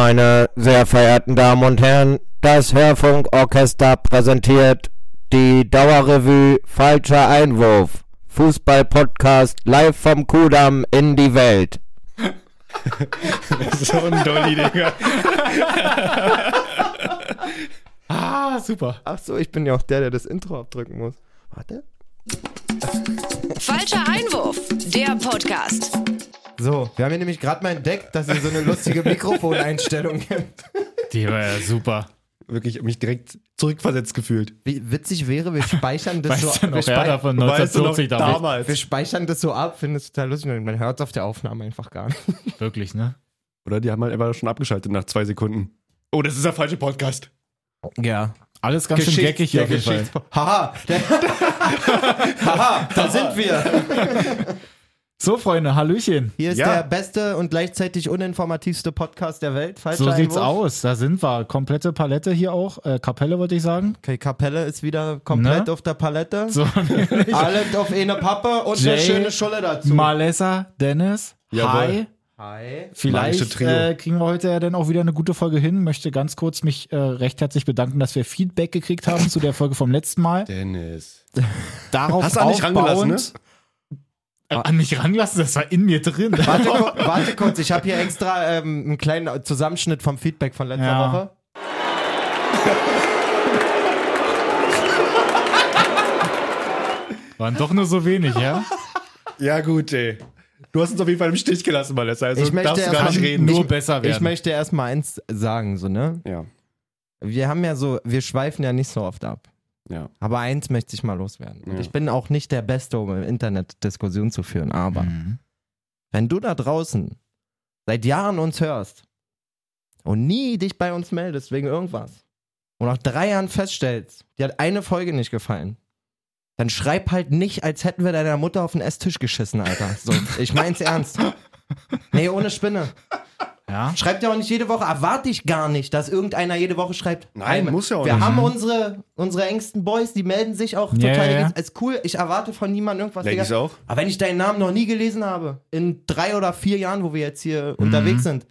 Meine sehr verehrten Damen und Herren, das Hörfunkorchester präsentiert die Dauerrevue Falscher Einwurf. Fußball-Podcast live vom Kudamm in die Welt. so ein Dolly, Digga. ah, super. Ach so, ich bin ja auch der, der das Intro abdrücken muss. Warte. Falscher Einwurf, der Podcast. So, wir haben hier nämlich gerade mal entdeckt, dass ihr so eine lustige Mikrofoneinstellung habt. Die war ja super. Wirklich, hab mich direkt zurückversetzt gefühlt. Wie witzig wäre, wir speichern das so Weißt du wir, noch, spei- wer davon Weißt du noch 1940 damals? wir damals? speichern das so ab, finden es total lustig. Man hört es auf der Aufnahme einfach gar nicht. Wirklich, ne? Oder die haben halt einfach schon abgeschaltet nach zwei Sekunden. Oh, das ist der falsche Podcast. Ja. Alles ganz schön Geschicht- geckig hier der auf jeden Fall. Geschichtspod- Haha, der, haha, da sind wir. So, Freunde, Hallöchen. Hier ist Ja. der beste und gleichzeitig uninformativste Podcast der Welt. Falscher So sieht's Einwurf. aus. Da sind wir. Komplette Palette hier auch. Äh, Kapelle wollte ich sagen. Okay, Kapelle ist wieder komplett Ne? auf der Palette. So, nämlich Alles auf eine Pappe und Jay eine schöne Schulle dazu. Malessa, Dennis. Hi. Jawohl. Hi. Magische Vielleicht Trio. äh, kriegen wir heute ja dann auch wieder eine gute Folge hin. Möchte ganz kurz mich äh, recht herzlich bedanken, dass wir Feedback gekriegt haben zu der Folge vom letzten Mal. Dennis. Darauf Hast du an dich rangelassen, ne? Äh, An mich rangelassen, das war in mir drin. Warte, ku- warte kurz, ich habe hier extra ähm, einen kleinen Zusammenschnitt vom Feedback von letzter Ja. Woche. Waren doch nur so wenig, ja? Ja, gut, ey. Du hast uns auf jeden Fall im Stich gelassen, Malessa. Also Ich möchte darfst du gar erst- nicht reden. Nur besser Ich werden. möchte erstmal eins sagen, so, ne? ja, Wir haben ja so, wir schweifen ja nicht so oft ab. ja. Aber eins möchte ich mal loswerden. Und Ja. ich bin auch nicht der Beste, um im Internet Diskussionen zu führen. Aber Mhm. wenn du da draußen seit Jahren uns hörst und nie dich bei uns meldest wegen irgendwas und nach drei Jahren feststellst, dir hat eine Folge nicht gefallen, dann schreib halt nicht, als hätten wir deiner Mutter auf den Esstisch geschissen, Alter. So, ich mein's ernst. Nee, ohne Spinne. Ja. Schreibt ja auch nicht jede Woche. Erwarte ich gar nicht, dass irgendeiner jede Woche schreibt. Nein, muss ja auch Wir nicht. Mhm. haben unsere, unsere engsten Boys, die melden sich auch Ja, total. ja, ja. Ist cool, ich erwarte von niemandem irgendwas. Ladies Digga. auch? Aber wenn ich deinen Namen noch nie gelesen habe, in drei oder vier Jahren, wo wir jetzt hier Mhm. unterwegs sind,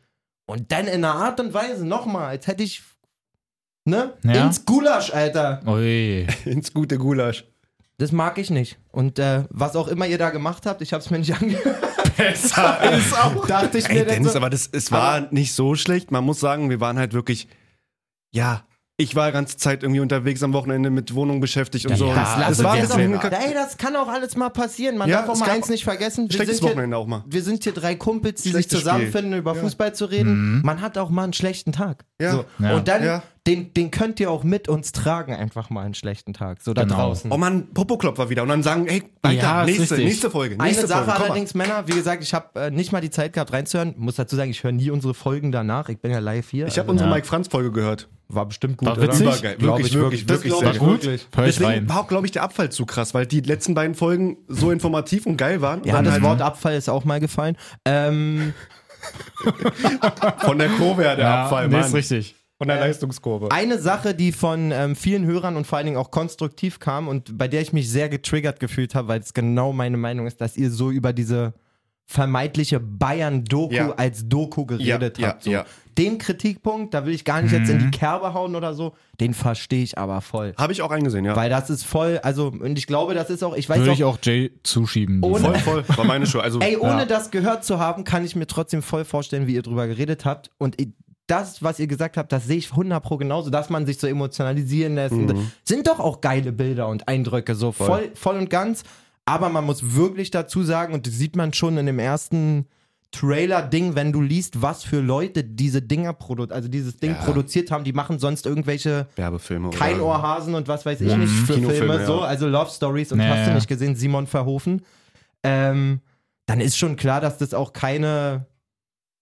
und dann in einer Art und Weise nochmal, als hätte ich. Ne? Ja. Ins Gulasch, Alter. Ui. Ins gute Gulasch. Das mag ich nicht. Und äh, was auch immer ihr da gemacht habt, ich hab's mir nicht angehört. Besser ist auch. Dachte ich mir Ey, dann Dennis, so, aber das, es war nicht so schlecht. Man muss sagen, wir waren halt wirklich, ja, ich war die ganze Zeit irgendwie unterwegs am Wochenende mit Wohnung beschäftigt und Ja, so. ja, Das, lassen das war wir das doch ein mal. kack- Ey, das kann auch alles mal passieren. Man Ja, darf auch es mal gab eins nicht vergessen. Wir schlechtes sind, hier, Wochenende auch mal. wir sind hier drei Kumpels, die sich Schlechtes Mhm. zusammenfinden, über Fußball zu reden. Man hat auch mal einen schlechten Tag. Ja. So. Ja. Und dann, Ja. den, den könnt ihr auch mit uns tragen, einfach mal einen schlechten Tag. So da Genau. draußen. Oh Mann, Popoklopf war wieder. Und dann sagen, hey, weiter, Ja, ist nächste, richtig. nächste Folge. Eine Nächste Sache Folge, komm mal. allerdings, Männer, wie gesagt, ich habe äh, nicht mal die Zeit gehabt reinzuhören. Muss dazu sagen, ich höre nie unsere Folgen danach. Ich bin ja live hier. Ich habe also, unsere Ja. Mike Franz Folge gehört. war bestimmt gut. War oder? witzig? Übergeil. Glaub Wirklich, ich wirklich, Das wirklich glaub sehr ich gut. wirklich. Hör ich Deswegen rein. war auch, glaube ich, der Abfall zu krass, weil die letzten beiden Folgen so informativ und geil waren. Ja, und das dann Wort Abfall ist auch mal gefallen. Ähm, halt von der Kurve her der Abfall, nee, Mann. ist richtig. Von der Leistungskurve. Eine Sache, die von ähm, vielen Hörern und vor allen Dingen auch konstruktiv kam und bei der ich mich sehr getriggert gefühlt habe, weil es genau meine Meinung ist, dass ihr so über diese vermeintliche Bayern-Doku Ja. als Doku geredet Ja, habt. So. ja, ja. Den Kritikpunkt, da will ich gar nicht jetzt Mhm. in die Kerbe hauen oder so, den verstehe ich aber voll. Habe ich auch eingesehen, ja. Weil das ist voll, also, und ich glaube, das ist auch, ich weiß Würde auch, ich auch Jay zuschieben. die Also Folge. Ohne- voll, voll. War meine Schuld. Also, Ey, ohne Ja. das gehört zu haben, kann ich mir trotzdem voll vorstellen, wie ihr drüber geredet habt. Und i- das, was ihr gesagt habt, das sehe ich 100 pro genauso, dass man sich so emotionalisieren lässt. Und sind doch auch geile Bilder und Eindrücke, so voll. voll, und ganz. Aber man muss wirklich dazu sagen, und das sieht man schon in dem ersten Trailer-Ding, wenn du liest, was für Leute diese Dinger produziert, also dieses Ding Ja. produziert haben, die machen sonst irgendwelche Werbefilme. kein oder? Mhm. Ohrhasen und was weiß ich nicht für Kinofilme, Filme, ja. so, also Love Stories und Ja, hast du ja. nicht gesehen, Simon Verhofen, ähm, dann ist schon klar, dass das auch keine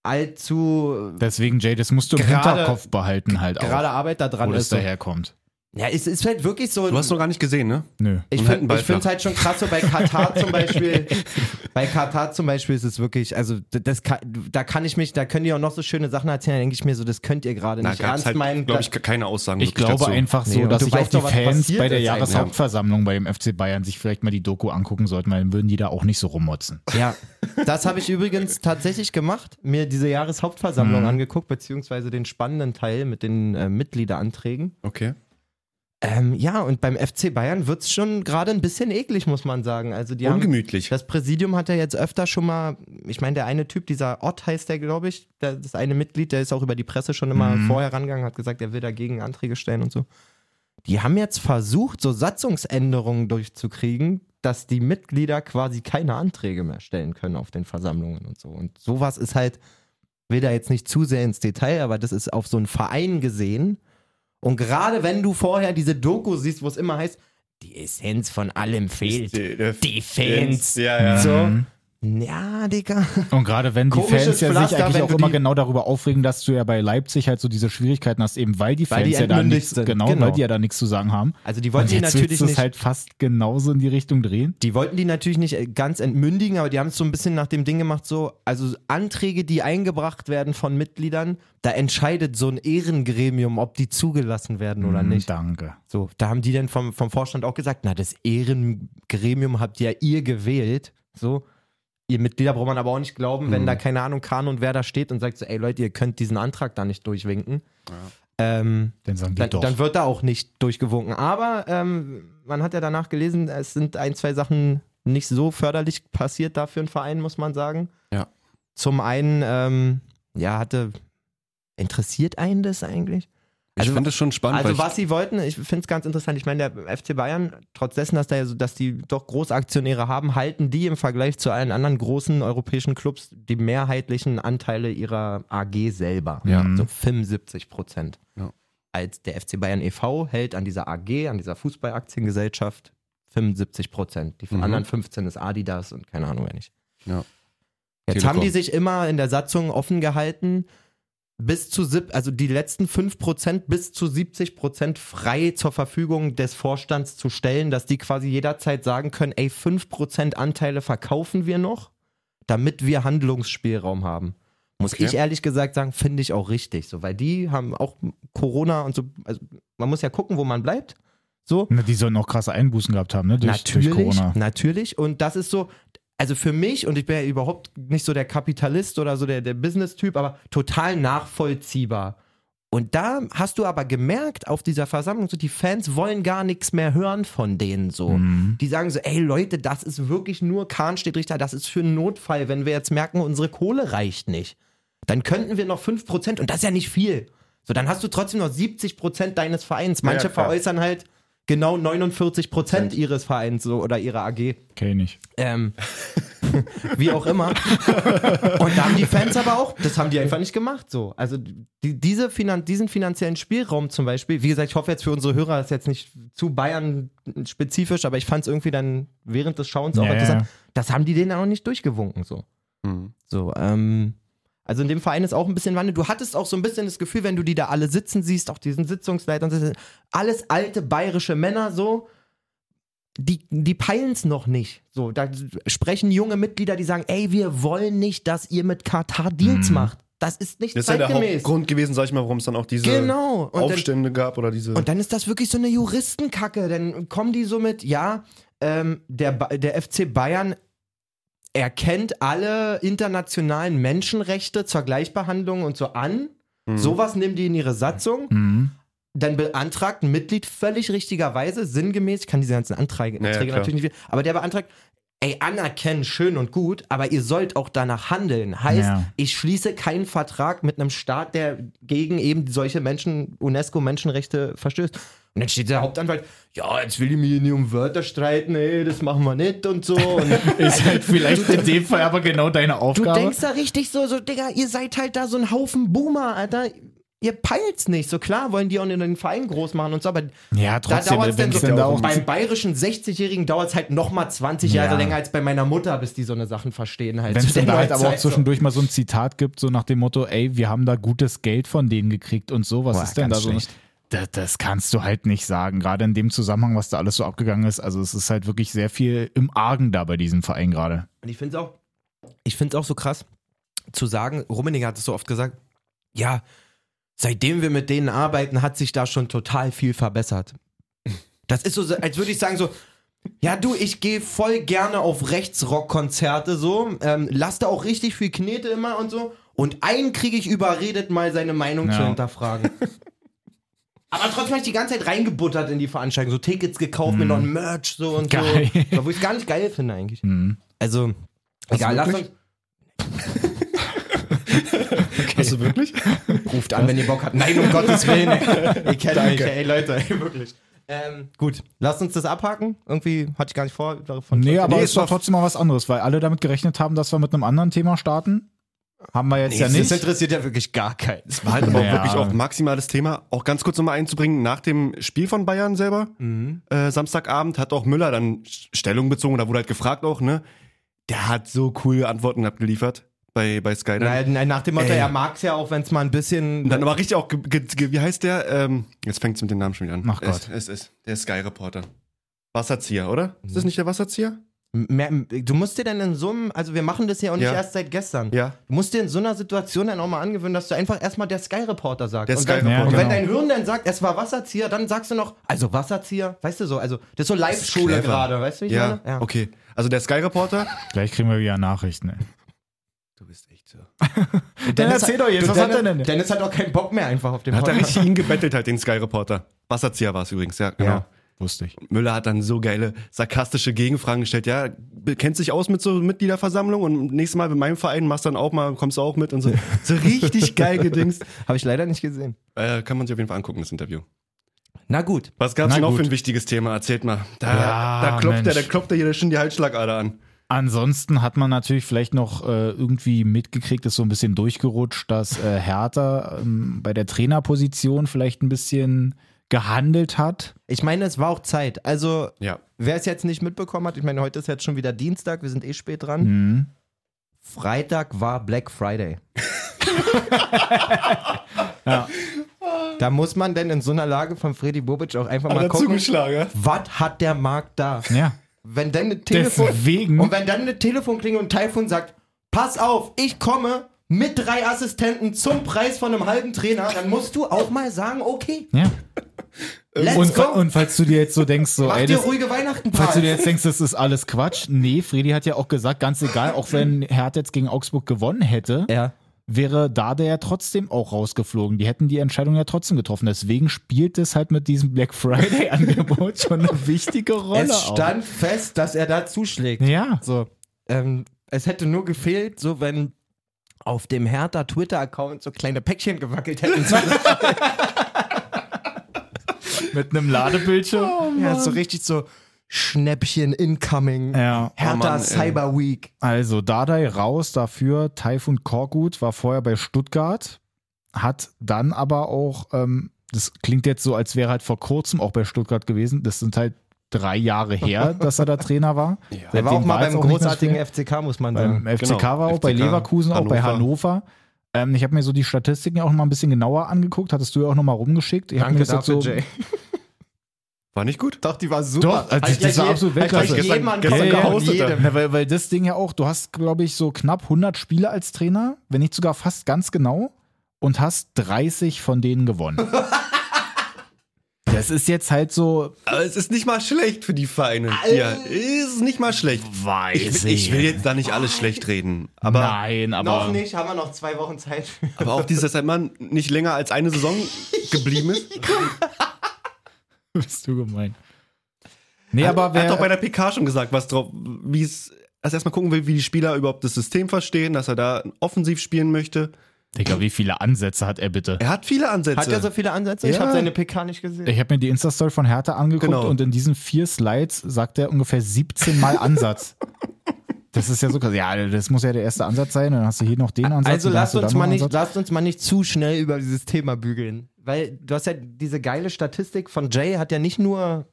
allzu Deswegen, Jay, das musst du im Gerade- Hinterkopf behalten halt auch. gerade also- Arbeit da dran wo das ist. So. daherkommt. Ja, es ist halt wirklich so. Du hast noch gar nicht gesehen, ne? Nö. Ich Und halt einen finde Beitrag. es halt schon krass, so bei Katar zum Beispiel. bei Katar zum Beispiel ist es wirklich, also d- das kann, da kann ich mich, da können die auch noch so schöne Sachen erzählen, da denke ich mir so, das könnt ihr gerade Da nicht gab es ernst halt, meinen. glaube ich, keine Aussagen. Ich wirklich glaube dazu. einfach so, Nee, und dass du sich auch weißt die doch, was Fans passiert bei der ist eigentlich. Jahreshauptversammlung bei dem FC Bayern sich vielleicht mal die Doku angucken sollten, weil dann würden die da auch nicht so rummotzen. Ja, das habe ich übrigens tatsächlich gemacht, mir diese Jahreshauptversammlung angeguckt, beziehungsweise den spannenden Teil mit den äh, Mitgliederanträgen. Okay. Ähm, ja, und beim FC Bayern wird es schon gerade ein bisschen eklig, muss man sagen. Also die haben, Ungemütlich. das Präsidium hat ja jetzt öfter schon mal, ich meine, der eine Typ, dieser Ott heißt der, glaube ich, der, das eine Mitglied, der ist auch über die Presse schon immer vorher rangegangen, hat gesagt, er will dagegen Anträge stellen und so. Die haben jetzt versucht, so Satzungsänderungen durchzukriegen, dass die Mitglieder quasi keine Anträge mehr stellen können auf den Versammlungen und so. Und sowas ist halt, will da jetzt nicht zu sehr ins Detail, aber das ist auf so einen Verein gesehen. Und gerade wenn du vorher diese Doku siehst, wo es immer heißt, die Essenz von allem fehlt. die Fans. Ja, ja. So. Ja, Digga. Und gerade wenn die Komisches Fans ja sich Pflaster, eigentlich wenn auch du immer die- genau darüber aufregen, dass du ja bei Leipzig halt so diese Schwierigkeiten hast, eben weil die Weil Fans die ja da entmündigt nichts, sind, genau, genau. weil die ja da nichts zu sagen haben. Also die Und wollten die jetzt willst natürlich du es nicht. halt fast genauso in die Richtung drehen. die wollten die natürlich nicht äh, ganz entmündigen, aber die haben es so ein bisschen nach dem Ding gemacht, so, also Anträge, die eingebracht werden von Mitgliedern, da entscheidet so ein Ehrengremium, ob die zugelassen werden oder Hm, nicht. Danke. So, da haben die dann vom, vom Vorstand auch gesagt, na, das Ehrengremium habt ja ihr gewählt. So, ihr Mitglieder braucht man aber auch nicht glauben, Mhm. wenn da, keine Ahnung, Kahn und wer da steht und sagt so, ey Leute, ihr könnt diesen Antrag da nicht durchwinken. Ähm, Dann sagen die dann, doch. dann wird da auch nicht durchgewunken. Aber ähm, man hat ja danach gelesen, es sind ein, zwei Sachen nicht so förderlich passiert da für einen Verein, muss man sagen. Ja. Zum einen, ähm, ja, hatte, interessiert einen das eigentlich? Ich Also- fand das schon spannend. Also weil was sie wollten, ich finde es ganz interessant. Ich meine, der FC Bayern, trotz dessen, dass, da ja so, dass die doch Großaktionäre haben, halten die im Vergleich zu allen anderen großen europäischen Clubs die mehrheitlichen Anteile ihrer AG selber. Ja. So 75 Prozent. Ja. Als der FC Bayern e.V. hält an dieser AG, an dieser Fußballaktiengesellschaft 75 Prozent. Die Mhm. anderen 15 ist Adidas und keine Ahnung wer nicht. Ja. Jetzt Telekom. haben die sich immer in der Satzung offen gehalten, bis zu sieb, also die letzten 5% bis zu 70% frei zur Verfügung des Vorstands zu stellen, dass die quasi jederzeit sagen können, ey, 5% Anteile verkaufen wir noch, damit wir Handlungsspielraum haben. Muss Okay. ich ehrlich gesagt sagen, finde ich auch richtig, so, weil die haben auch Corona und so, also man muss ja gucken, wo man bleibt. So, Na, die sollen auch krasse Einbußen gehabt haben, ne? Durch, durch Corona. Natürlich. Und das ist so, also für mich, und ich bin ja überhaupt nicht so der Kapitalist oder so der, der Business-Typ, aber total nachvollziehbar. Und da hast du aber gemerkt auf dieser Versammlung, so die Fans wollen gar nichts mehr hören von denen so. Mhm. Die sagen so, ey Leute, das ist wirklich nur Kahn steht Richter, das ist für einen Notfall, wenn wir jetzt merken, unsere Kohle reicht nicht. Dann könnten wir noch 5% und das ist ja nicht viel. So, dann hast du trotzdem noch 70% deines Vereins. ja, Manche klar. veräußern halt genau 49% ihres Vereins so, oder ihrer AG. Okay, nicht. Ähm, wie auch immer. Und da haben die Fans aber auch, das haben die einfach nicht gemacht so. Also die, diese Finan diesen finanziellen Spielraum zum Beispiel, wie gesagt, ich hoffe jetzt für unsere Hörer, das ist jetzt nicht zu Bayern spezifisch, aber ich fand es irgendwie dann während des Schauens auch Ja, ja, interessant, ja. das haben die denen auch nicht durchgewunken so. Mhm. So, ähm, also in dem Verein ist auch ein bisschen Wandel. Du hattest auch so ein bisschen das Gefühl, wenn du die da alle sitzen siehst, auch diesen Sitzungsleiter und so, alles alte bayerische Männer so, die, die peilen es noch nicht. So, da sprechen junge Mitglieder, die sagen, ey, wir wollen nicht, dass ihr mit Katar Deals macht. Das ist nicht Mhm. Das ist ja der zeitgemäß. Hauptgrund gewesen, sag ich mal, warum es dann auch diese genau. Und dann- Aufstände gab oder diese. und dann ist das wirklich so eine Juristenkacke. Dann kommen die so mit, ja, ähm, der, Ba- der FC Bayern erkennt alle internationalen Menschenrechte zur Gleichbehandlung und so an. Sowas nehmen die in ihre Satzung. Mhm. Dann beantragt ein Mitglied völlig richtigerweise, sinngemäß, ich kann diese ganzen Anträge, Naja, Anträge klar. natürlich nicht, aber der beantragt, ey, anerkennen, schön und gut, aber ihr sollt auch danach handeln. Heißt, Ja. ich schließe keinen Vertrag mit einem Staat, der gegen eben solche Menschen, UNESCO-Menschenrechte verstößt. Und dann steht der Hauptanwalt, ja, jetzt will ich mich hier nicht um Wörter streiten, ey, das machen wir nicht und so. Und Ist halt vielleicht in dem Fall aber genau deine Du Aufgabe. denkst da richtig so, so, Digga, ihr seid halt da so ein Haufen Boomer, Alter. Ihr peilt's nicht. So klar wollen die auch nur den Verein groß machen und so, aber ja, trotzdem, äh, da dauert's wenn dann es so, denn da auch beim bayerischen 60-Jährigen dauert's halt nochmal 20 Ja. Jahre länger als bei meiner Mutter, bis die so eine Sachen verstehen halt. Wenn Zu es dann der da halt aber auch Neuzeit so. zwischendurch mal so ein Zitat gibt, so nach dem Motto, ey, wir haben da gutes Geld von denen gekriegt und so, was Boah, ist denn da ganz so? schlecht. das, das kannst du halt nicht sagen. Gerade in dem Zusammenhang, was da alles so abgegangen ist. Also es ist halt wirklich sehr viel im Argen da bei diesem Verein gerade. Und ich finde es auch, ich find's auch so krass zu sagen, Rummenigge hat es so oft gesagt, ja, seitdem wir mit denen arbeiten, hat sich da schon total viel verbessert. Das ist so, als würde ich sagen so, ja du, ich gehe voll gerne auf Rechtsrock-Konzerte so, ähm, lass da auch richtig viel Knete immer und so. Und einen kriege ich überredet, mal seine Meinung zu Ja. hinterfragen. Aber trotzdem habe ich die ganze Zeit reingebuttert in die Veranstaltung. So Tickets gekauft, mir noch ein Merch so und Mhm. Geil. Mhm. so. Obwohl ich es gar nicht geil finde eigentlich. Also, egal, lasst uns. Hast du wirklich? Ruft an, wenn ihr Bock habt. Nein, um Gottes Willen. Ey. Ihr kennt mich, ey Leute, ey, wirklich. Ähm, gut, lasst uns das abhaken. Irgendwie hatte ich gar nicht vor. Davon Nee, aber Nee, es ist war doch- trotzdem mal was anderes, weil alle damit gerechnet haben, dass wir mit einem anderen Thema starten. Haben wir jetzt ja das nicht. interessiert ja wirklich gar keinen. Es war halt aber auch Ja. wirklich auch maximales Thema. Auch ganz kurz nochmal einzubringen, nach dem Spiel von Bayern selber, Mhm. äh, Samstagabend, hat auch Müller dann S- Stellung bezogen, da wurde halt gefragt auch, ne? Der hat so coole Antworten abgeliefert bei, bei Sky. dann. Nein, nein, nach dem Motto, Ey. er mag es ja auch, wenn es mal ein bisschen. Und dann aber richtig auch, ge, ge, ge, wie heißt der? Ähm, jetzt fängt's mit dem Namen schon wieder an. Ach Gott. Es, es ist der Sky-Reporter. Wasserzieher, oder? Ist das Mhm. nicht der Wasserzieher? Mehr, du musst dir dann in so einem, also wir machen das ja auch nicht Ja. erst seit gestern. Ja. Du musst dir in so einer Situation dann auch mal angewöhnen, dass du einfach erstmal der Sky-Reporter sagst. Der Genau. Und dann- Sky-Reporter. Und wenn Ja, genau. dein Hirn dann sagt, es war Wasserzieher, dann sagst du noch, also Wasserzieher, weißt du so, also das ist so Live-Schule clever. gerade, weißt du, wie ich Ja, meine? okay. Also der Sky-Reporter. Gleich kriegen wir wieder Nachrichten. ey. Du bist echt so. Dann erzähl doch jetzt, was hat er denn? Dennis hat auch keinen Bock mehr einfach auf den Hat er richtig ihn gebettelt halt, den Sky-Reporter. Wasserzieher war es übrigens, ja, genau. Ja. Wusste ich. Müller hat dann so geile, sarkastische Gegenfragen gestellt. Ja, be- kennst dich aus mit so Mitgliederversammlung und nächstes Mal bei meinem Verein machst dann auch mal, kommst du auch mit und so. So richtig geil gedingst. Habe ich leider nicht gesehen. Äh, kann man sich auf jeden Fall angucken, das Interview. Na gut. Was gab's Na denn noch gut. für ein wichtiges Thema? Erzählt mal. Da, Ja, da klopft Mensch. der, da klopft der hier schon die Halsschlagader an. Ansonsten hat man natürlich vielleicht noch äh, irgendwie mitgekriegt, ist so ein bisschen durchgerutscht, dass äh, Hertha ähm, bei der Trainerposition vielleicht ein bisschen gehandelt hat. Ich meine, es war auch Zeit. Also, Ja. wer es jetzt nicht mitbekommen hat, ich meine, heute ist jetzt schon wieder Dienstag, wir sind eh spät dran. Mhm. Freitag war Black Friday. Da muss man denn in so einer Lage von Freddy Bobic auch einfach mal gucken, zugeschlagen. was hat der Markt da? Ja. Wenn dann eine Telefon Deswegen. und wenn dann eine Telefonklingel und Taifun sagt, pass auf, ich komme mit drei Assistenten zum Preis von einem halben Trainer, dann musst du auch mal sagen, okay, Ja. let's Und, go. und falls du dir jetzt so denkst, so, Mach ey, dir das, ruhige Weihnachten, falls du dir Paul. jetzt denkst, das ist alles Quatsch, nee, Freddy hat ja auch gesagt, ganz egal, auch wenn Hertha jetzt gegen Augsburg gewonnen hätte, Ja. wäre Dada ja trotzdem auch rausgeflogen. Die hätten die Entscheidung ja trotzdem getroffen. Deswegen spielt es halt mit diesem Black Friday-Angebot schon eine wichtige Rolle. Es stand fest, dass er da zuschlägt. auch. Ja. So, ähm, es hätte nur gefehlt, so wenn auf dem Hertha Twitter-Account so kleine Päckchen gewackelt hätten. Mit einem Ladebildschirm. ja, so richtig so Schnäppchen incoming. Ja. Hertha Oh Mann, ey. Cyber Week. Also Dardai raus dafür, Taifun Korkut war vorher bei Stuttgart, hat dann aber auch, ähm, das klingt jetzt so, als wäre er halt vor kurzem auch bei Stuttgart gewesen, das sind halt drei Jahre her, dass er da Trainer war. Ja. Der war auch mal beim großartigen FCK, muss man sagen. beim FCK Genau, war auch, bei FCK, Leverkusen, auch bei Hannover. Hannover. Ähm, ich habe mir so die Statistiken auch noch mal ein bisschen genauer angeguckt, hattest du ja auch noch mal rumgeschickt. Ich hab mir das jetzt so, War nicht gut? Doch, die war super. Doch, also das, das war absolut Weltklasse. Weltklasse. Ich gestern- jedem an gestern Kopf gehauen, gepostet jedem. hat. Na, weil, weil das Ding ja auch, du hast, glaube ich, so knapp 100 Spiele als Trainer, wenn nicht sogar fast ganz genau, und hast 30 von denen gewonnen. das ist jetzt halt so, Aber es ist nicht mal schlecht für die Vereine. Ja, es ist nicht mal schlecht. weiß Ich, will- ich will jetzt da nicht alles schlecht reden. Aber, Nein, Noch aber nicht, haben wir noch zwei Wochen Zeit. aber auch dieses, dass ein Mann nicht länger als eine Saison geblieben ist. bist du gemein. Nee, aber er hat doch bei wer, der PK schon gesagt, was drauf, wie es, dass er erstmal gucken will, wie die Spieler überhaupt das System verstehen, dass er da offensiv spielen möchte. Digga, wie viele Ansätze hat er bitte? Er hat viele Ansätze. Hat er so viele Ansätze? Ich Ja. habe seine PK nicht gesehen. Ich habe mir die Insta-Story von Hertha angeguckt Genau. und in diesen vier Slides sagt er ungefähr 17 Mal Ansatz. Das ist ja so krass. Ja, das muss ja der erste Ansatz sein. Dann hast du hier noch den Ansatz. Also und dann hast lasst du da uns, noch mal einen nicht, Ansatz. lasst uns mal nicht zu schnell über dieses Thema bügeln. Weil du hast ja diese geile Statistik von Jay, hat ja nicht nur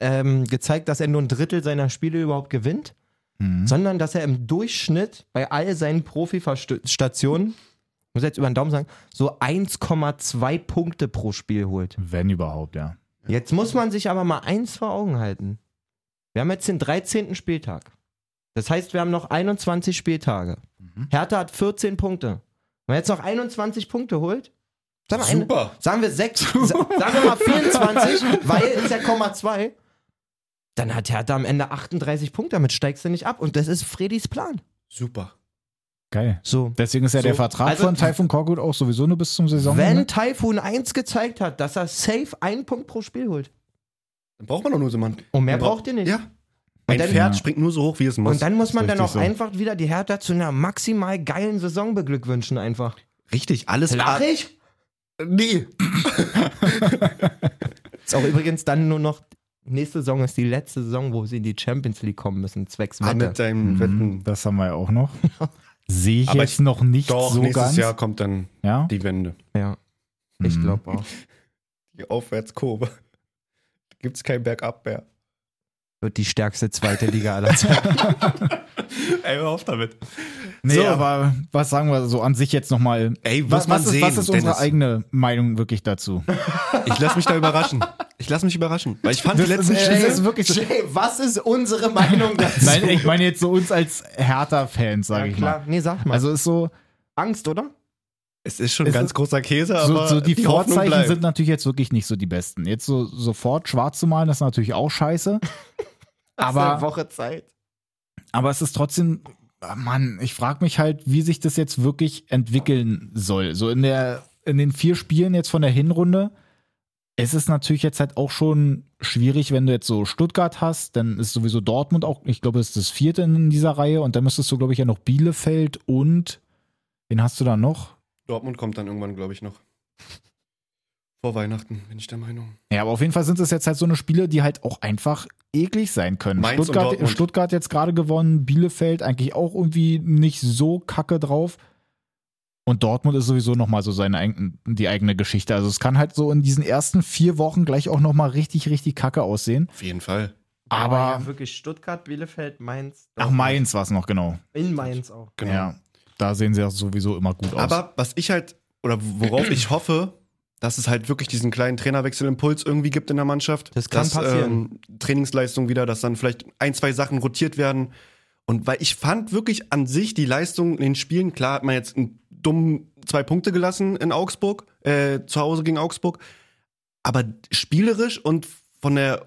ähm, gezeigt, dass er nur ein Drittel seiner Spiele überhaupt gewinnt, Mhm. sondern dass er im Durchschnitt bei all seinen Profi-Stationen muss jetzt über den Daumen sagen, so 1,2 Punkte pro Spiel holt. Wenn überhaupt, ja. Jetzt muss man sich aber mal eins vor Augen halten. Wir haben jetzt den 13. Spieltag. Das heißt, wir haben noch 21 Spieltage. Mhm. Hertha hat 14 Punkte. Wenn man jetzt noch 21 Punkte holt, sagen wir, eine- Super. sagen wir 6, sagen wir mal 24, weil ist ja Komma 2, dann hat Hertha am Ende 38 Punkte, damit steigst du nicht ab. Und das ist Fredis Plan. Super. Geil. So. Deswegen ist ja So, der Vertrag also- von Taifun Korkut auch sowieso nur bis zum Saisonende. Wenn Typhoon 1 gezeigt hat, dass er safe einen Punkt pro Spiel holt. Dann braucht man doch nur so jemanden. Und mehr Dann brau- braucht ihr nicht. Ja. Ein dann- Pferd springt nur so hoch, wie es muss. Und dann muss man dann richtig auch so. einfach wieder die Hertha zu einer maximal geilen Saison beglückwünschen einfach. Richtig, alles Lache ich? Nee. Ist auch übrigens dann nur noch, nächste Saison ist die letzte Saison, wo sie in die Champions League kommen müssen, zwecks Ah, Wette. mit deinem Mhm, Wetten. Das haben wir ja auch noch. Sehe ich Aber jetzt noch nicht Doch, so nächstes ganz. Jahr kommt dann ja? die Wende. Ja, ich Mhm. glaube auch. Die Aufwärtskurve. Da gibt es kein Bergab mehr. Wird die stärkste zweite Liga aller Zeiten. Ey, hör auf damit. Nee, So. aber was sagen wir so an sich jetzt nochmal? Ey, muss Was, man was, ist, sehen, was ist unsere Dennis. eigene Meinung wirklich dazu? Ich lass mich da überraschen. Ich lass mich überraschen. Weil ich fand die letzten das Spiele- ist wirklich so. Jay, was ist unsere Meinung dazu? Nein, ich meine jetzt so uns als Hertha-Fans, sage ja, ich klar. mal. Nee, sag mal. Also, Also ist so, Angst, oder? Es ist schon Es ganz ist- großer Käse, so, aber so die, Hoffnung Vorzeichen bleibt. sind natürlich jetzt wirklich nicht so die besten. Jetzt so sofort schwarz zu malen, das ist natürlich auch scheiße. Hast eine aber, Woche Zeit. aber es ist trotzdem, ah, Mann, ich frage mich halt, wie sich das jetzt wirklich entwickeln soll. So in der, in den vier Spielen jetzt von der Hinrunde, es ist natürlich jetzt halt auch schon schwierig, wenn du jetzt so Stuttgart hast, dann ist sowieso Dortmund auch, ich glaube, das ist das vierte in dieser Reihe und dann müsstest du, glaube ich, ja noch Bielefeld und wen hast du da noch? Dortmund kommt dann irgendwann, glaube ich, noch. Vor Weihnachten, bin ich der Meinung. Ja, aber auf jeden Fall sind es jetzt halt so eine Spiele, die halt auch einfach eklig sein können. Mainz und Stuttgart, Dortmund. Stuttgart jetzt gerade gewonnen, Bielefeld eigentlich auch irgendwie nicht so kacke drauf. Und Dortmund ist sowieso nochmal so seine eigen- die eigene Geschichte. Also es kann halt so in diesen ersten vier Wochen gleich auch nochmal richtig, richtig kacke aussehen. Auf jeden Fall. Aber, ja, wirklich Stuttgart, Bielefeld, Mainz. ach, Mainz war es noch, genau. In Mainz auch. Genau. Ja, da sehen sie ja sowieso immer gut aus. Aber was ich halt, oder worauf ich hoffe, dass es halt wirklich diesen kleinen Trainerwechselimpuls irgendwie gibt in der Mannschaft. Das kann dass, passieren. Ähm, Trainingsleistung wieder, dass dann vielleicht ein, zwei Sachen rotiert werden. Und weil ich fand wirklich an sich die Leistung in den Spielen, klar hat man jetzt einen dummen zwei Punkte gelassen in Augsburg, äh, zu Hause gegen Augsburg. Aber spielerisch und von der,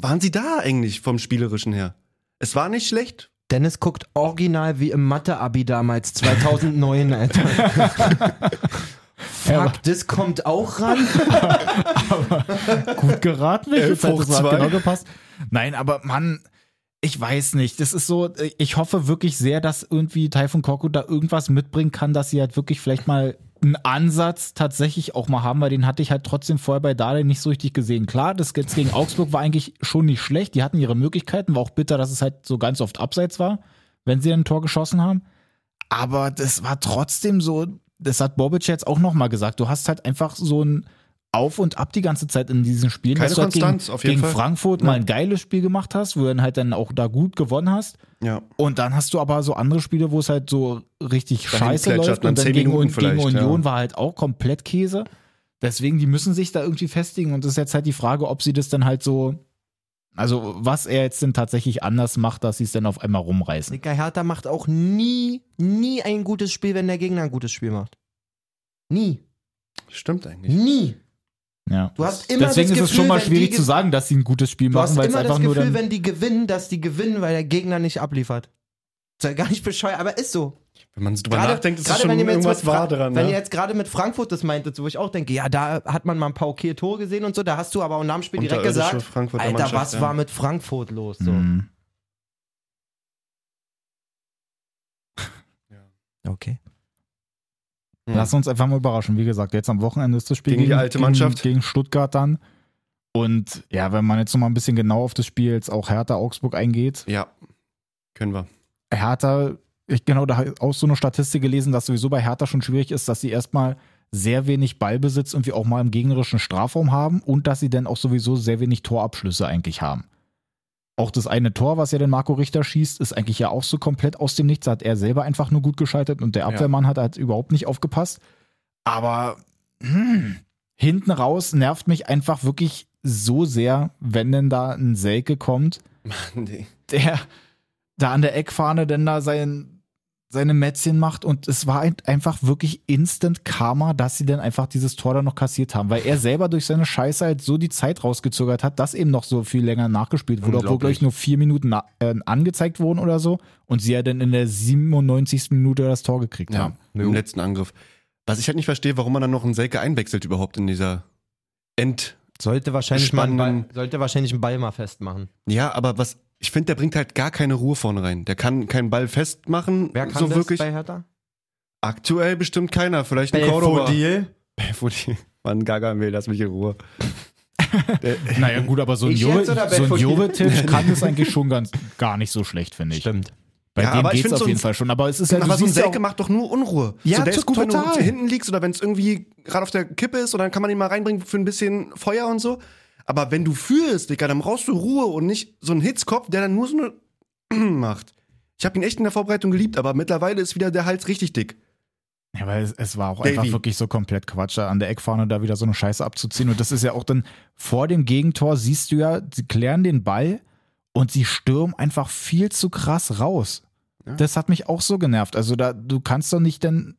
waren sie da eigentlich vom Spielerischen her? Es war nicht schlecht. Dennis guckt original wie im Mathe-Abi damals, 2009, Alter. Ja, aber- Fuck, das kommt auch ran. gut geraten. Elf Jetzt hat hoch das Rad zwei. genau gepasst. Nein, aber Mann, ich weiß nicht. Das ist so, ich hoffe wirklich sehr, dass irgendwie Taifun Korkut da irgendwas mitbringen kann, dass sie halt wirklich vielleicht mal einen Ansatz tatsächlich auch mal haben, weil den hatte ich halt trotzdem vorher bei Dale nicht so richtig gesehen. Klar, das jetzt gegen Augsburg war eigentlich schon nicht schlecht. Die hatten ihre Möglichkeiten, war auch bitter, dass es halt so ganz oft abseits war, wenn sie ein Tor geschossen haben. Aber das war trotzdem so, das hat Bobic jetzt auch nochmal gesagt, du hast halt einfach so ein Auf und Ab die ganze Zeit in diesen Spielen. Keine dass du halt Konstanz, gegen, auf jeden gegen Fall. Frankfurt mal ein geiles Spiel gemacht hast, wo du dann halt dann auch da gut gewonnen hast. Ja. Und dann hast du aber so andere Spiele, wo es halt so richtig Dahin scheiße plätschert läuft. man Und dann zehn gegen, Minuten gegen vielleicht, Union ja. war halt auch komplett Käse. Deswegen, die müssen sich da irgendwie festigen. Und es ist jetzt halt die Frage, ob sie das dann halt so, also was er jetzt denn tatsächlich anders macht, dass sie es dann auf einmal rumreißen. Dicker Hertha macht auch nie, nie ein gutes Spiel, wenn der Gegner ein gutes Spiel macht. Nie. Stimmt eigentlich. Nie. Ja. Du hast immer Deswegen das ist Gefühl, es schon mal wenn schwierig die zu ge- sagen, dass sie ein gutes Spiel Du hast machen, weil es immer einfach das nur Gefühl, dann. wenn die gewinnen, dass die gewinnen, weil der Gegner nicht abliefert. Ist ja gar nicht bescheuert, aber ist so. Wenn man drüber Gerade- nachdenkt, ist gerade das schon wenn ihr mir jetzt irgendwas mit Fra- wahr dran. Wenn ne? ihr jetzt gerade mit Frankfurt das meintet, wo ich auch denke, ja, da hat man mal ein paar okay Tore gesehen und so, da hast du aber auch nach dem Spiel direkt Unterirdische gesagt, Frankfurter Alter, Mannschaft, was ja. war mit Frankfurt los? So. Mhm. Okay. Hm. Lass uns einfach mal überraschen. Wie gesagt, jetzt am Wochenende ist das Spiel Gegen die alte Mannschaft. Gegen, Stuttgart dann. Und ja, wenn man jetzt noch mal ein bisschen genau auf das Spiel jetzt auch Hertha Augsburg eingeht. Ja, können wir. Hertha, ich genau da hab ich auch so eine Statistik gelesen, dass sowieso bei Hertha schon schwierig ist, dass sie erstmal sehr wenig Ballbesitz irgendwie auch mal im gegnerischen Strafraum haben und dass sie dann auch sowieso sehr wenig Torabschlüsse eigentlich haben. Auch das eine Tor, was ja den Marco Richter schießt, ist eigentlich ja auch so komplett aus dem Nichts. Da hat er selber einfach nur gut geschaltet und der Abwehrmann hat, hat überhaupt nicht aufgepasst. Aber hm, hinten raus nervt mich einfach wirklich so sehr, wenn denn da ein Selke kommt, Nee. der da an der Eckfahne denn da sein, seine Mätzchen macht. Und es war ein- einfach wirklich instant Karma, dass sie denn einfach dieses Tor da noch kassiert haben, weil er selber durch seine Scheiße halt so die Zeit rausgezögert hat, dass eben noch so viel länger nachgespielt wurde, obwohl Unglaublich. gleich nur vier Minuten na- äh, angezeigt wurden oder so. Und sie ja dann in der 97. Minute das Tor gekriegt Ja, haben. im letzten Angriff. Was ich halt nicht verstehe, warum man dann noch einen Selke einwechselt überhaupt in dieser End. Sollte wahrscheinlich, mal einen Ball, Spannenden- sollte wahrscheinlich einen Ball mal festmachen. Ja, aber was ich finde, der bringt halt gar keine Ruhe vorne rein. Der kann keinen Ball festmachen. Wer kann so das wirklich. bei Hertha? Aktuell bestimmt keiner. Vielleicht ein Cordoba. Belfodil. Belfodil. Mann, Gargamel, lass mich in Ruhe. Naja, gut, aber so ein Ich jetzt oder Bell Jovetic von so dir? Jovetic kann das eigentlich schon ganz, gar nicht so schlecht, finde ich. Stimmt. Bei Ja, dem aber geht's ich find auf so ein- Genau, jeden Fall schon. Aber es ist ja, Aber du so ein siehst ja Selke auch- macht doch nur Unruhe. Ja, so, der ist gut, wenn total. du hinten liegst oder wenn es irgendwie gerade auf der Kippe ist und dann kann man ihn mal reinbringen für ein bisschen Feuer und so. Aber wenn du führst, Digga, dann brauchst du Ruhe und nicht so einen Hitzkopf, der dann nur so eine macht. Ich habe ihn echt in der Vorbereitung geliebt, aber mittlerweile ist wieder der Hals richtig dick. Ja, weil es, es war auch Davy. einfach wirklich so komplett Quatsch, da an der Eckfahne da wieder so eine Scheiße abzuziehen. Und das ist ja auch dann vor dem Gegentor, siehst du ja, sie klären den Ball und sie stürmen einfach viel zu krass raus. Das hat mich auch so genervt. Also da, du kannst doch nicht denn,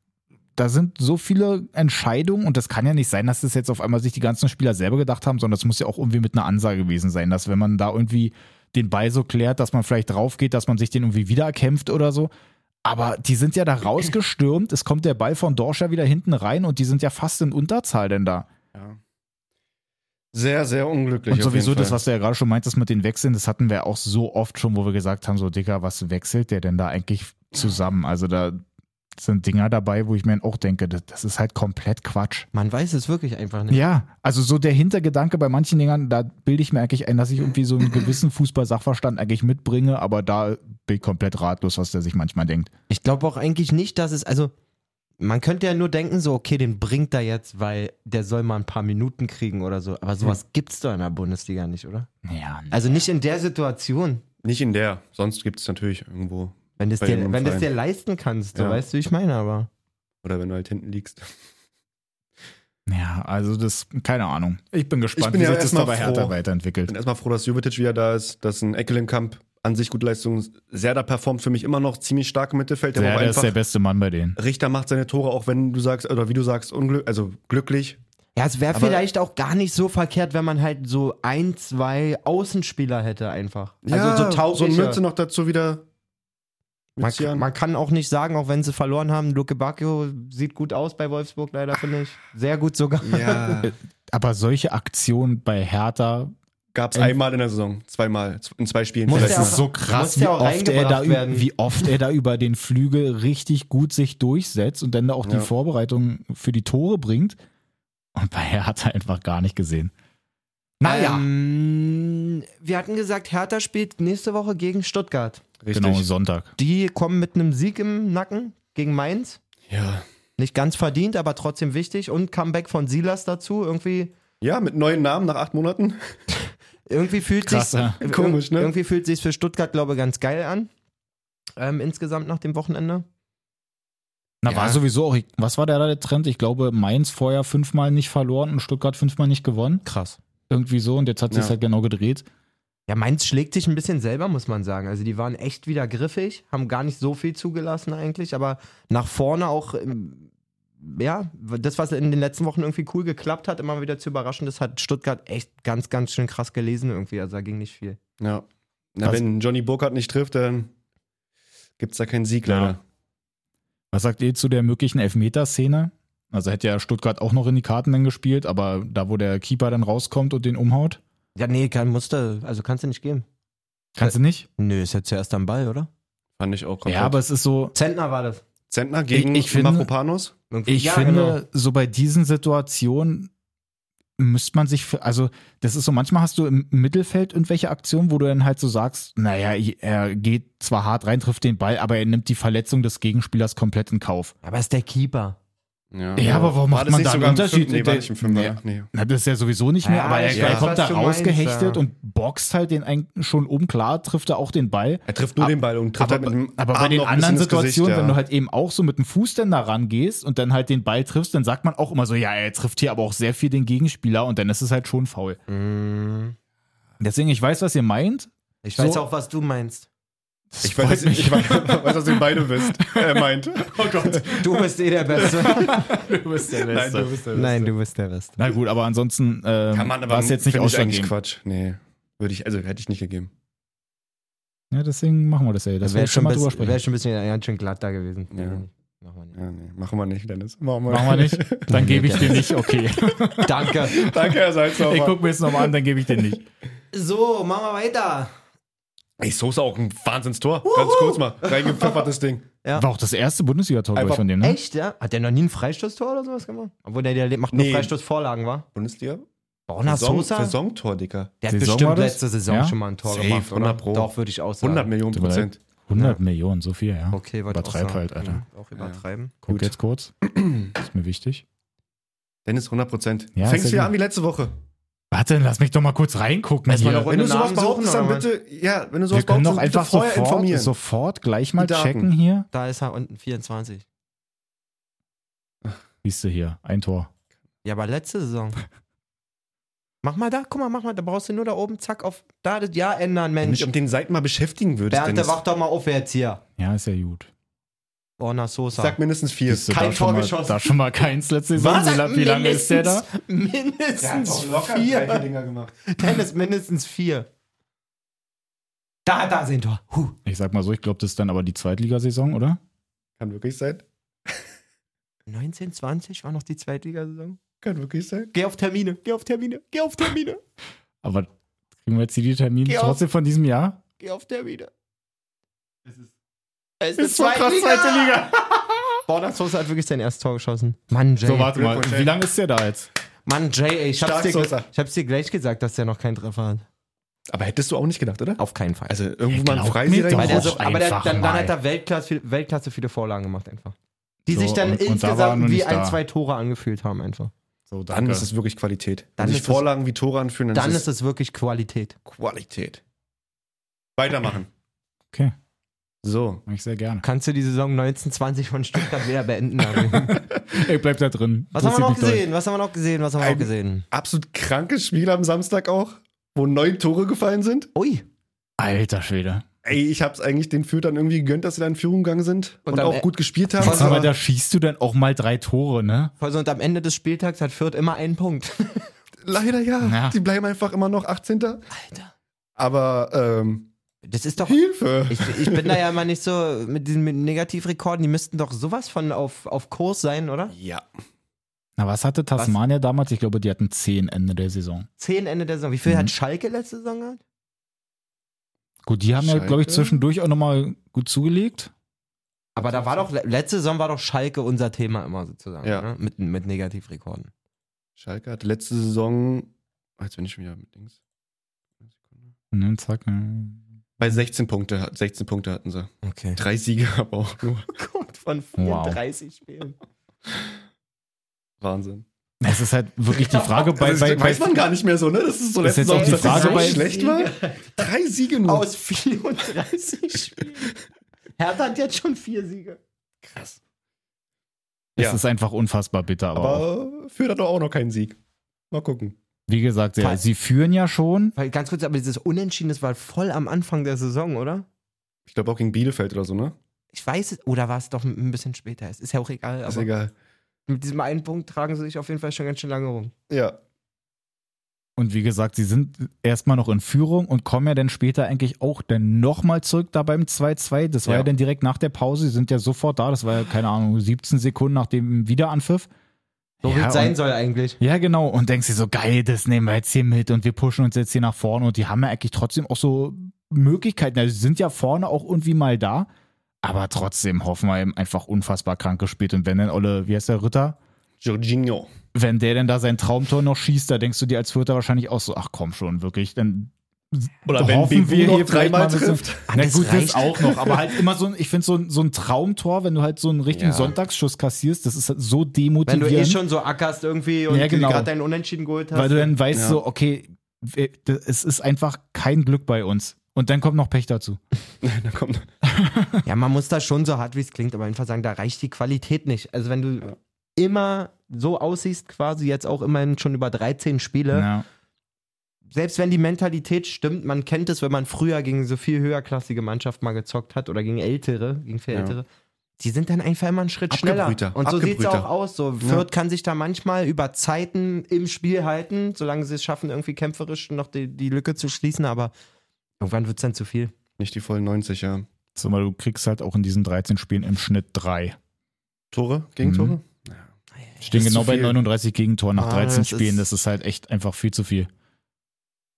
da sind so viele Entscheidungen und das kann ja nicht sein, dass das jetzt auf einmal sich die ganzen Spieler selber gedacht haben, sondern das muss ja auch irgendwie mit einer Ansage gewesen sein, dass wenn man da irgendwie den Ball so klärt, dass man vielleicht drauf geht, dass man sich den irgendwie wieder erkämpft oder so. Aber die sind ja da rausgestürmt, es kommt der Ball von Dorscher wieder hinten rein und die sind ja fast in Unterzahl denn da. Sehr, sehr unglücklich. Und sowieso das, was du ja gerade schon meintest mit den Wechseln, das hatten wir auch so oft schon, wo wir gesagt haben, so Dicker, was wechselt der denn da eigentlich zusammen? Also da sind Dinger dabei, wo ich mir auch denke, das, das ist halt komplett Quatsch. Man weiß es wirklich einfach nicht. Ja, also so der Hintergedanke bei manchen Dingern, da bilde ich mir eigentlich ein, dass ich irgendwie so einen gewissen Fußball-Sachverstand eigentlich mitbringe, aber da bin ich komplett ratlos, was der sich manchmal denkt. Ich glaube auch eigentlich nicht, dass es, also man könnte ja nur denken, so, okay, den bringt er jetzt, weil der soll mal ein paar Minuten kriegen oder so. Aber sowas Hm. gibt's doch in der Bundesliga nicht, oder? Ja, ne. Also nicht in der Situation, Nicht in der. Sonst gibt es natürlich irgendwo. wenn du es Bei dir, dem wenn du es Verein. dir leisten kannst, du Ja. weißt, wie ich meine, aber. Oder wenn du halt hinten liegst. ja, also das, keine Ahnung. Ich bin gespannt, Ich bin wie ja sich das erstmal dabei härter froh. weiterentwickelt. bin erstmal froh, dass Jovetic wieder da ist, dass ein Eckelenkamp an sich gute Leistung sehr da performt, für mich immer noch ziemlich stark im Mittelfeld. Der, Der der braucht ist der einfach, beste Mann bei denen. Richter macht seine Tore, auch wenn du sagst, oder wie du sagst, unglück, also glücklich. Ja, es wäre Aber- vielleicht auch gar nicht so verkehrt, wenn man halt so ein, zwei Außenspieler hätte einfach. also so so eine taugliche. Mütze noch dazu wieder. man, Mützchen. man kann auch nicht sagen, auch wenn sie verloren haben, Luke Bacchio sieht gut aus bei Wolfsburg leider, finde ich. Sehr gut sogar. ja. Aber solche Aktionen bei Hertha, Gab es Ähm, einmal in der Saison, zweimal, z- in zwei Spielen. Muss vielleicht. das der ist auch- so muss krass, wie der auch oft, er da, reingebracht ü- werden. wie oft er da über den Flügel richtig gut sich durchsetzt und dann da auch Ja. die Vorbereitung für die Tore bringt. Und bei Hertha einfach gar nicht gesehen. Naja, Ähm, wir hatten gesagt, Hertha spielt nächste Woche gegen Stuttgart. Richtig. genau, Sonntag. Die kommen mit einem Sieg im Nacken gegen Mainz. Ja. Nicht ganz verdient, aber trotzdem wichtig. Und Comeback von Silas dazu. Irgendwie, ja, mit neuen Namen nach acht Monaten. irgendwie fühlt Krass, sich ja. Komisch, ne? irgendwie fühlt sich für Stuttgart, glaube ich, ganz geil an. Ähm, insgesamt nach dem Wochenende. Na, Ja. war sowieso auch, was war da der Trend? Ich glaube, Mainz vorher fünfmal nicht verloren und Stuttgart fünfmal nicht gewonnen. Krass. Irgendwie so und jetzt hat sich's Ja. halt genau gedreht. Ja, Mainz schlägt sich ein bisschen selber, muss man sagen. Also die waren echt wieder griffig, haben gar nicht so viel zugelassen eigentlich, aber nach vorne auch, ähm, ja, das, was in den letzten Wochen irgendwie cool geklappt hat, immer wieder zu überraschen, das hat Stuttgart echt ganz, ganz schön krass gelesen irgendwie. Also da ging nicht viel. Ja. Na, Was- wenn Johnny Burkhardt nicht trifft, dann gibt es da keinen Sieg Ja. leider. Was sagt ihr zu der möglichen Elfmeterszene? Also hätte ja Stuttgart auch noch in die Karten dann gespielt, aber da, wo der Keeper dann rauskommt und den umhaut, Ja, nee, kein Muster, also kannst du nicht geben. kannst du nicht? Nö, ist ja zuerst am Ball, oder? Fand ich auch Ja, aber es ist so, Zentner war das. Zentner gegen Ich- ich finde- Mafropanos. Irgendwie- ich Ja, finde, genau. so bei diesen Situationen müsste man sich, für, also das ist so, manchmal hast du im Mittelfeld irgendwelche Aktionen, wo du dann halt so sagst, naja, er geht zwar hart rein, trifft den Ball, aber er nimmt die Verletzung des Gegenspielers komplett in Kauf. Aber ist der Keeper. Ja, aber warum War macht das man nicht da einen sogar im Unterschied? Fünften? Nee, war nicht im Fünfer. Nee. Nee. Na, das ist ja sowieso nicht mehr, Ja, aber er, ich er weiß, kommt was da du meinst, rausgehechtet ja. und boxt halt den eigentlich schon um. Klar trifft er auch den Ball. Er trifft nur den Ball und trifft Aber, halt mit dem aber bei Arm den noch ein bisschen anderen ins Gesicht, Situationen, ja. wenn du halt eben auch so mit dem Fuß dann da rangehst und dann halt den Ball triffst, dann sagt man auch immer so, ja, er trifft hier aber auch sehr viel den Gegenspieler und dann ist es halt schon faul. Deswegen, ich weiß, was ihr meint. Mhm. Ich weiß So. auch, was du meinst. Ich weiß, mich. ich weiß, weiß, was ihr beide wisst. Er meint. Oh Gott. Du bist eh der Beste. Du bist der Nein, du bist der Nein, du bist der Beste. Na gut, aber ansonsten ähm, Kann man aber war es jetzt nicht find ich eigentlich ausschlaggebend. Quatsch. Nee. Würde ich, also hätte ich nicht gegeben. Ja, deswegen machen wir das ja. Das Also wir Wäre jetzt schon schon, mal bis- drüber wär sprechen. schon ein bisschen ganz schön glatt da gewesen. Ja. Machen wir nicht. Ja, nee. Machen wir nicht, Dennis. Machen wir, Machen wir nicht? Dann gebe ich dir nicht, okay. Danke. Danke, Herr Ich Salzauer. gucke mir jetzt nochmal an, dann gebe ich dir nicht. So, machen wir weiter. Ey, so ist auch ein Wahnsinnstor. Ganz kurz mal. Reingepfeffert das Ding. War auch das erste Bundesliga-Tor, glaube ich, Einfach- von dem, ne? Echt, ja? Hat der noch nie ein Freistoßtor oder sowas gemacht? Obwohl der, der macht nur Nee. Freistoßvorlagen, war? Bundesliga? Borna Saison- Sosa? Saisontor, Dicker. Der hat Saison war bestimmt das? letzte Saison Ja? schon mal ein Tor Safe, gemacht, oder? 100 Pro. Doch, würde ich auch 100 sagen. Millionen Tut mir Prozent. 100 Millionen, so viel, ja. Okay, wollte ich auch Übertreib sagen. halt, Alter. Ja, auch übertreiben. Guck jetzt kurz. Ist mir wichtig. Dennis, 100 Prozent. Ja, Fängst sehr wieder gut. an wie letzte Woche. Warte, lass mich doch mal kurz reingucken. Erstmal Hier. noch- Wenn du Runde sowas Namen behauptest, suchen, dann oder bitte, ja, wenn du Wir sowas können doch behauptest, einfach bitte vorher sofort, informieren. sofort gleich mal Die Daten. checken hier. Da ist er unten 24. Siehst du hier, ein Tor. Ja, aber letzte Saison. mach mal da, guck mal, mach mal, da brauchst du nur da oben, zack, auf da das Jahr ändern, Wenn du dich Mensch. um den Seiten mal beschäftigen würdest, Bernd, Dennis. wach doch mal auf jetzt hier. Ja, ist ja gut. Borna Ich Sosa. Sag mindestens vier. Siehst du, Kein da schon Tor mal, geschossen. Da schon mal keins letzte Saison. Wie, la- wie lange ist der da? Mindestens drei vier. Dinger gemacht. Dennis, mindestens vier. Da, da sind wir. Huh. Ich sag mal so, ich glaube, das ist dann aber die Zweitligasaison, oder? Kann wirklich sein. 19, 20 war noch die Zweitligasaison. Kann wirklich sein. Geh auf Termine, geh auf Termine, geh auf Termine, Aber kriegen wir jetzt hier die Termine Geh auf. trotzdem von diesem Jahr? geh auf Termine. Es ist, Ist so krass, zweite Liga. Borna Sosa hat wirklich sein erstes Tor geschossen. Mann, Jay. So, warte mal. Glückwunsch, ey. Wie lange ist der da jetzt? Mann, Jay, ey, ich hab's, Stark, dir, ge- Sosa. ich hab's dir gleich gesagt, dass der noch keinen Treffer hat. Aber hättest du auch nicht gedacht, oder? Auf keinen Fall. Also irgendwo Ey, mal ein glaubt mir Freisieger. doch. Weil der gemacht. so, Doch, aber der, einfach dann, dann mal. hat er Weltklasse, Weltklasse viele Vorlagen gemacht einfach. Die So, sich dann und- und da war er noch insgesamt wie nicht ein, da. zwei Tore angefühlt haben einfach. So, danke. Dann ist es wirklich Qualität. Dann Wenn sich ist es- Vorlagen wie Tore anführen, dann, Dann ist ist es wirklich Qualität. es Qualität. Weitermachen. okay, So. mach ich sehr gerne. Kannst du die Saison 1920 von Stuttgart wieder beenden? Daniel? Ey, bleib da drin. Was haben wir Interessiert noch mich doll. gesehen? Was haben wir noch gesehen? Was haben wir Ein- noch gesehen? Absolut krankes Spiel am Samstag auch, wo neun Tore gefallen sind. Ui. Alter Schwede. Ey, ich hab's eigentlich den Fürtern irgendwie gegönnt, dass sie da in Führung gegangen sind Und und, dann, äh, auch gut gespielt haben. Voll- Aber da schießt du dann auch mal drei Tore, ne? Also und am Ende des Spieltags hat Fürth immer einen Punkt. leider ja. Ja. Die bleiben einfach immer noch 18. Alter. Aber ähm, Das ist doch. Hilfe! Ich, ich bin da ja mal nicht so mit diesen mit Negativrekorden, die müssten doch sowas von auf, auf Kurs sein, oder? ja. Na, was hatte Tasmania damals? Ich glaube, die hatten 10 Ende der Saison. Zehn Ende der Saison. Wie viel Mhm. hat Schalke letzte Saison gehabt? Gut, die haben ja, glaube ich, Schalke? zwischendurch auch nochmal gut zugelegt. Aber da war doch, letzte Saison war doch Schalke unser Thema immer sozusagen, Ja. ne? mit, mit Negativrekorden. Schalke hatte letzte Saison, Ah, jetzt bin ich schon wieder mit links. Und dann Ne, zack. ja. Bei 16 Punkte, hat- 16 Punkte hatten sie. Okay. Drei Siege, aber auch nur. Gott, von Wow. 34 Spielen. Wahnsinn. Es ist halt wirklich die Frage bei, Also, bei, das bei weiß man gar nicht mehr so, ne? Das ist so Ist letzte jetzt auch Saison, die dass Frage so bei- schlecht war. Drei Siege nur. Aus 34 Spielen. Hertha hat jetzt schon vier Siege. Krass. es Ja. ist einfach unfassbar bitter. Aber, auch. Aber führt er doch auch noch keinen Sieg. Mal gucken. wie gesagt, ja, Fall- sie führen ja schon. Weil ganz kurz, aber dieses Unentschieden, das war voll am Anfang der Saison, oder? Ich glaube auch gegen Bielefeld oder so, ne? Ich weiß es, oder war es doch ein bisschen später? Es ist ja auch egal, Ist aber egal. mit diesem einen Punkt tragen sie sich auf jeden Fall schon ganz schön lange rum. Ja. Und wie gesagt, sie sind erstmal noch in Führung und kommen ja dann später eigentlich auch dann nochmal zurück da beim 2-2. Das war ja. Ja. dann direkt nach der Pause. Sie sind ja sofort da. Das war ja, keine Ahnung, 17 Sekunden nach dem Wiederanpfiff. So wie Ja, es sein und- soll eigentlich. Ja, genau. Und denkst dir so, geil, das nehmen wir jetzt hier mit und wir pushen uns jetzt hier nach vorne. Und die haben ja eigentlich trotzdem auch so Möglichkeiten. Also sie sind ja vorne auch irgendwie mal da. Aber trotzdem hoffen wir eben einfach unfassbar krank gespielt. Und wenn dann Olle, wie heißt der Ritter? Jorginho. Wenn der denn da sein Traumtor noch schießt, da denkst du dir als Vierter wahrscheinlich auch so, ach komm schon, wirklich, dann Oder wenn hoffen Bebu wir noch hier vielleicht dreimal mal ein bisschen- trifft. Na das gut, das reicht. auch noch. Aber halt immer so ein, ich finde so ein, so ein Traumtor, wenn du halt so einen richtigen Ja. Sonntagsschuss kassierst, das ist halt so Wenn demotivierend. du eh schon so ackerst irgendwie und Ja, genau. gerade deinen Unentschieden geholt hast. Weil du dann weißt Ja. so, okay, wir- das- es ist einfach kein Glück bei uns. Und dann kommt noch Pech dazu. Da kommt, ja, man muss da schon so hart, wie es klingt, aber einfach sagen, da reicht die Qualität nicht. Also wenn du immer so aussiehst, quasi jetzt auch immerhin schon über 13 Spiele, Ja. selbst wenn die Mentalität stimmt, man kennt es, wenn man früher gegen so viel höherklassige Mannschaft mal gezockt hat oder gegen ältere, gegen viel Ja. ältere, die sind dann einfach immer einen Schritt Abgebrühter, schneller. Und so sieht es abgebrühter. auch aus. So, Fürth kann sich da manchmal über Zeiten im Spiel halten, solange sie es schaffen, irgendwie kämpferisch noch die, die Lücke zu schließen, aber irgendwann wird es dann zu viel. nicht die vollen 90, ja. Zumal du kriegst halt auch in diesen 13 Spielen im Schnitt drei. Tore? Gegentore? Stehen Ist genau zu bei viel. 39 Gegentoren nach Ah, 13 das Spielen. ist- Das ist halt echt einfach viel zu viel.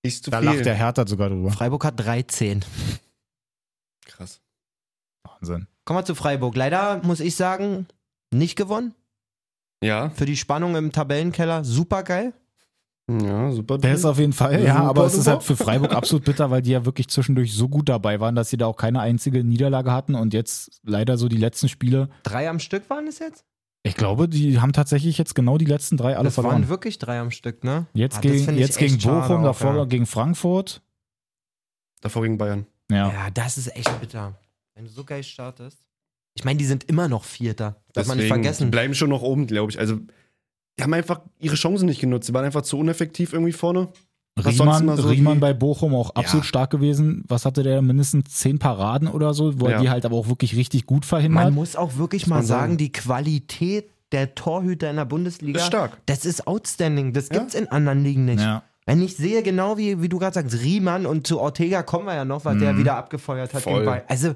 Ist zu Da viel. lacht der Hertha sogar drüber. Freiburg hat 13. Krass. Wahnsinn. Kommen wir zu Freiburg. Leider muss ich sagen, nicht gewonnen. Ja. Für die Spannung im Tabellenkeller super geil. Ja, super. Der ist auf jeden Fall. Ja, Super, aber es ist super. halt für Freiburg absolut bitter, weil die ja wirklich zwischendurch so gut dabei waren, dass sie da auch keine einzige Niederlage hatten und jetzt leider so die letzten Spiele. Drei am Stück waren es jetzt? Ich glaube, die haben tatsächlich jetzt genau die letzten drei alle das verloren. waren wirklich drei am Stück, ne? Jetzt Ah, das gegen, find ich jetzt gegen echt schade Bochum, auch, davor ja. gegen Frankfurt. Davor gegen Bayern. Ja. Ja, das ist echt bitter. Wenn du so geil startest. Ich meine, die sind immer noch Vierter. Darf man nicht Deswegen, Die vergessen. bleiben schon noch oben, glaube ich. Also, die haben einfach ihre Chancen nicht genutzt. Sie waren einfach zu ineffektiv irgendwie vorne. Was sonst Riemann, mal so Riemann die- bei Bochum auch absolut stark gewesen. Was hatte der? Mindestens zehn Paraden oder so, wo er Ja. die halt aber auch wirklich richtig gut Man verhindert. muss auch wirklich Muss mal man sagen. sagen, die Qualität der Torhüter in der Bundesliga, Ist stark. das ist outstanding. Das Ja. gibt's in anderen Ligen nicht. Ja. Wenn ich sehe, genau wie, wie du gerade sagst, Riemann und zu Ortega kommen wir ja noch, weil der Mhm. wieder abgefeuert hat. Voll. den Ball. Also,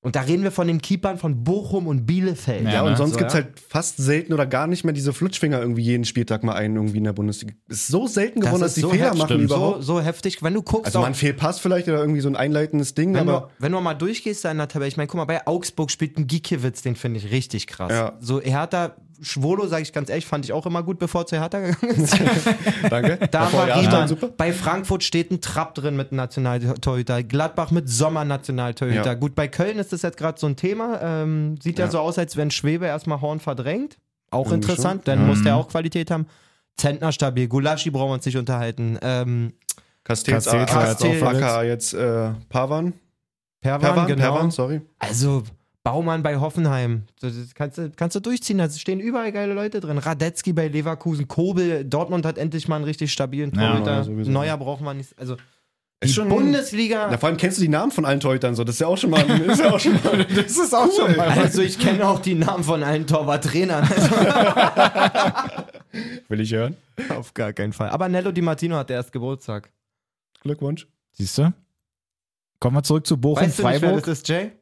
und da reden wir von den Keepern von Bochum und Bielefeld. Ja, Ja, und ne? sonst So, gibt's ja. halt fast selten oder gar nicht mehr diese Flutschfinger irgendwie jeden Spieltag mal einen irgendwie in der Bundesliga. Ist so selten geworden, dass die so Fehler hef- machen stimmt. überhaupt. So, so heftig. Wenn du guckst, also auch- mal ein Fehlpass vielleicht oder irgendwie so ein einleitendes Ding, Wenn, aber du, wenn du mal durchgehst da in der Tabelle, ich meine, guck mal, bei Augsburg spielt ein Gikiewicz, den finde ich richtig krass. Ja. So Hertha, Schwolo, sage ich ganz ehrlich, fand ich auch immer gut, bevor er zu Hertha gegangen ist. Da danke. Davor war Jahrstein, Riemann. super. Bei Frankfurt steht ein Trapp drin mit einem Nationaltorhüter. Gladbach mit Sommer-Nationaltorhüter. Ja. Gut, bei Köln ist das jetzt gerade so ein Thema. Ähm, sieht ja. Ja. so aus, als wenn Schwebe erstmal Horn verdrängt. Auch Irgendwie interessant, schon. dann Ja. muss der auch Qualität haben. Zentner stabil, Gulaschi brauchen wir uns nicht unterhalten. Ähm, Castells, Castells war Castells, jetzt Castells. auch Aka jetzt äh, Pavan. Perwan, Perwan, genau. Perwan, sorry. Also Baumann bei Hoffenheim, das ist- kannst du, kannst du durchziehen, da stehen überall geile Leute drin. Radetzky bei Leverkusen, Kobel, Dortmund hat endlich mal einen richtig stabilen Ja, Torhüter. Neuer sowieso. Neuer brauchen wir nicht. Also die Ist schon- Bundesliga. Na, vor allem kennst du die Namen von allen Torhütern so. Das ist ja auch schon mal. Ist ja auch schon mal das ist auch schon mal. also ich kenne auch die Namen von allen Torwarttrainern. Also Will ich hören. auf gar keinen Fall. Aber Nello Di Martino hat erst Geburtstag. Glückwunsch. Siehst du? Kommen wir zurück zu Bochum, weißt du nicht, wer Freiburg. das ist, Jay?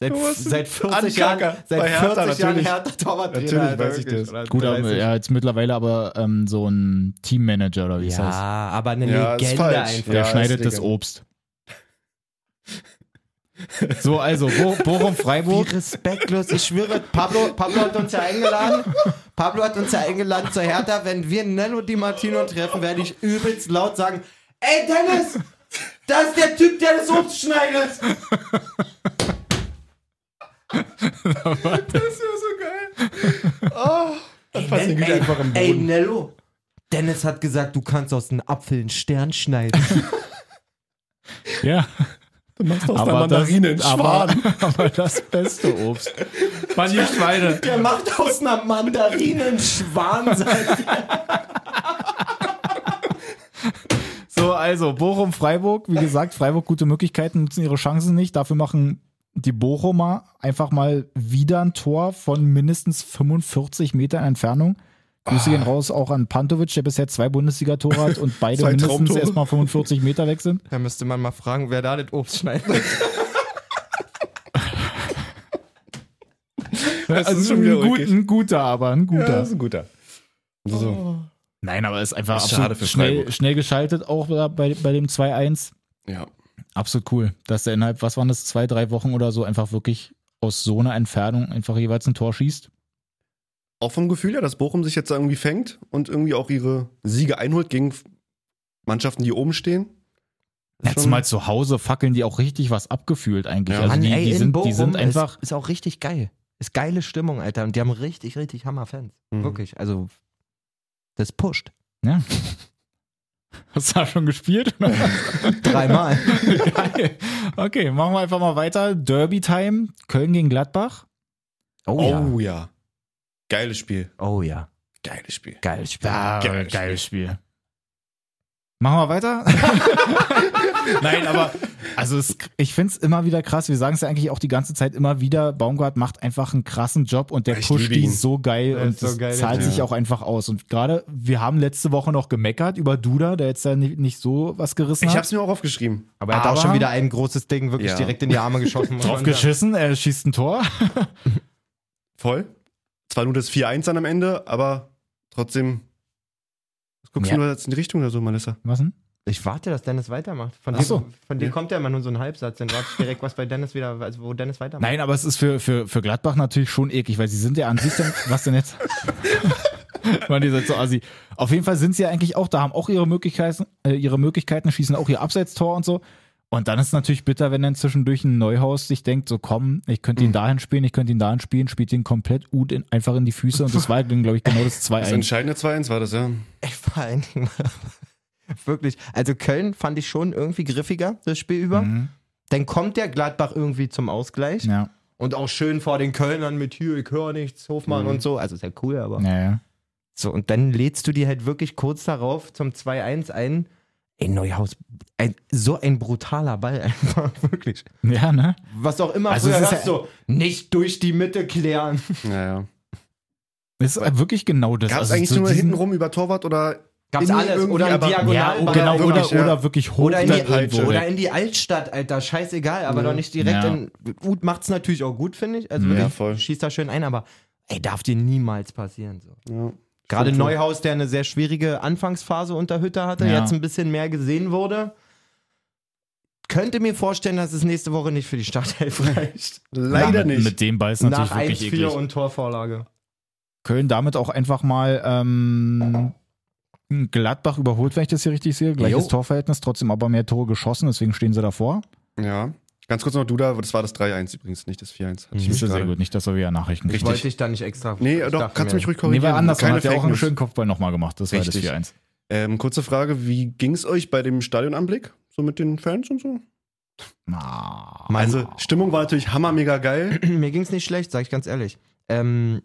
Seit, Du hast seit 40 Ankacker. Jahren, seit Bei Hertha 40 Jahren natürlich. Hertha Torwarttrainer. Natürlich Alter, weiß ich wirklich. das. Oder Gut, aber 30. er ist mittlerweile aber ähm, so ein Teammanager oder wie es ja, heißt. aber eine Ja, ist Legende falsch. einfach. Der Ja, schneidet ist das legal. Obst. so, also Bo Bochum, Freiburg. Wie respektlos. Ich schwöre, Pablo, Pablo hat uns ja eingeladen. Pablo hat uns ja eingeladen zur Hertha. Wenn wir Nello Di Martino treffen, werde ich übelst laut sagen: Ey, Dennis! Das ist der Typ, der das Obst schneidet! Das ist ja so geil. Oh, das passt Ey, mir gut ey, einfach im ey, Boden. Nello! Dennis hat gesagt, du kannst aus einem Apfel einen Stern schneiden. Ja. Du machst aus Aber das, aber, Schwan. aber das beste Obst. Mann, ihr Schweine. Der macht aus einer Mandarine einen Schwan. sagt er. So, also Bochum, Freiburg. Wie gesagt, Freiburg gute Möglichkeiten, nutzen ihre Chancen nicht. Dafür machen die Bochumer einfach mal wieder ein Tor von mindestens 45 Metern Entfernung. Grüße Ah. gehen raus auch an Pantovic, der bisher zwei Bundesliga-Tore hat und beide Zwei mindestens Traumtore. erstmal 45 Meter weg sind. Da müsste man mal fragen, wer da das Obst schneidet. Das ist schon ein, wieder gut, ulkig. ein guter, aber ein guter. ein guter. So. Nein, aber ist einfach Ist absolut schade für schnell, Freiburg. schnell geschaltet, auch da bei, bei dem 2-1. Ja. Absolut cool, dass er innerhalb, was waren das, zwei, drei Wochen oder so, einfach wirklich aus so einer Entfernung einfach jeweils ein Tor schießt. Auch vom Gefühl her, dass Bochum sich jetzt da irgendwie fängt und irgendwie auch ihre Siege einholt gegen Mannschaften, die oben stehen. Jetzt mal zu Hause fackeln die auch richtig was abgefühlt eigentlich. Ja. Also Mann, die, ey, die, in sind, Bochum die sind einfach. Ist, ist auch richtig geil. Ist geile Stimmung, Alter. Und die haben richtig, richtig Hammer-Fans. Mhm. Wirklich. Also, das pusht. Ne? Hast du da schon gespielt? Dreimal. Geil. okay, machen wir einfach mal weiter. Derby Time, Köln gegen Gladbach. Oh, ja. Oh ja. Geiles Spiel. Oh ja. Geiles Spiel. Geiles Spiel. Ja, Geiles geiles Spiel. Machen wir weiter? Nein, aber also es, ich finde es immer wieder krass. Wir sagen es ja eigentlich auch die ganze Zeit immer wieder. Baumgart macht einfach einen krassen Job und der Ich pusht liebe die ihn. so geil Der und ist so das geil, der zahlt Typ. sich auch einfach aus. Und gerade wir haben letzte Woche noch gemeckert über Duda, der jetzt ja nicht, nicht so was gerissen Ich hat. hab's mir auch aufgeschrieben. Aber er hat Aber- auch schon wieder ein großes Ding wirklich Ja. direkt in die Arme geschossen. muss drauf man sagen. geschissen, er schießt ein Tor. Voll. Zwar nur das 4-1 dann am Ende, aber trotzdem. Was guckst Ja. du nur jetzt in die Richtung oder so, Melissa? Was denn? Ich warte, dass Dennis weitermacht. Von Ach dir, so. von dir Ja. kommt ja immer nur so ein Halbsatz. Dann warte ich direkt, was bei Dennis wieder, also wo Dennis weitermacht. Nein, aber es ist für, für, für Gladbach natürlich schon eklig, weil sie sind ja an sich dann, was denn jetzt? Man, die sind so assi. Auf jeden Fall sind sie ja eigentlich auch da, haben auch ihre Möglichkeiten, äh, ihre Möglichkeiten, schießen auch ihr Abseitstor und so. Und dann ist es natürlich bitter, wenn dann zwischendurch ein Neuhaus sich denkt, so komm, ich könnte ihn dahin spielen, ich könnte ihn dahin spielen, spielt ihn komplett gut in, einfach in die Füße und das war, glaube ich, genau das Das 2-1. entscheidende 2-1 war das, ja. Ey, vor allen Dingen. Wirklich. Also Köln fand ich schon irgendwie griffiger, das Spiel über. Mhm. Dann kommt der Gladbach irgendwie zum Ausgleich. Ja, Und auch schön vor den Kölnern mit hier, ich höre nichts, Hofmann und so. Also ist ja cool, aber. Mhm. ja, ja. So, und dann lädst du die halt wirklich kurz darauf zum 2-1 ein. Ey, Neuhaus, ein, so ein brutaler Ball einfach, wirklich. Ja, ne? Was auch immer Also früher es ist hast, ja- so, nicht durch die Mitte klären. Naja. Das ist wirklich genau das. Gab's Also eigentlich zu nur diesen- hintenrum über Torwart oder Gab's Innen alles. irgendwie, Oder ein aber- Ja, genau, Diagonalball. Ja, oder, wirklich, ja. oder wirklich hoch. Oder in, dann die, irgendwo Peitsche. oder weg. in die Altstadt, Alter, scheißegal, aber Ja. doch nicht direkt Ja. in. Ut macht's natürlich auch gut, finde ich. Also Ja, wirklich, voll. schießt da schön ein, aber ey, darf dir niemals passieren. So. Ja. Gerade Stimmt, Neuhaus, der eine sehr schwierige Anfangsphase unter Hütter hatte, Ja. jetzt ein bisschen mehr gesehen wurde. Könnte mir vorstellen, dass es nächste Woche nicht für die Startelf reicht. Leider Ja, mit, nicht. Mit dem Ball ist Nach natürlich wirklich 1-4 eklig. und Torvorlage. Köln damit auch einfach mal ähm, Gladbach überholt, wenn ich das hier richtig sehe. Gleiches Jo. Torverhältnis, trotzdem aber mehr Tore geschossen, deswegen stehen sie davor. ja. Ganz kurz noch Duda, das war das 3-1 übrigens, nicht das 4-1. Hatte Das ist ich mich ja Mhm. sehr gerade- gut, nicht, dass wir wieder Nachrichten Richtig. Wollte ich da nicht extra. Nee, ich doch, dachte kannst du mir- mich ruhig Nee, korrigieren. war anders, Keine hat ja Fake auch einen News. schönen Kopfball nochmal gemacht, das Richtig. war das 4-1. Ähm, kurze Frage, wie ging es euch bei dem Stadionanblick? So mit den Fans und so? Ah. Also, Stimmung war natürlich hammer mega geil. Mir ging es nicht schlecht, sag ich ganz ehrlich. Ähm,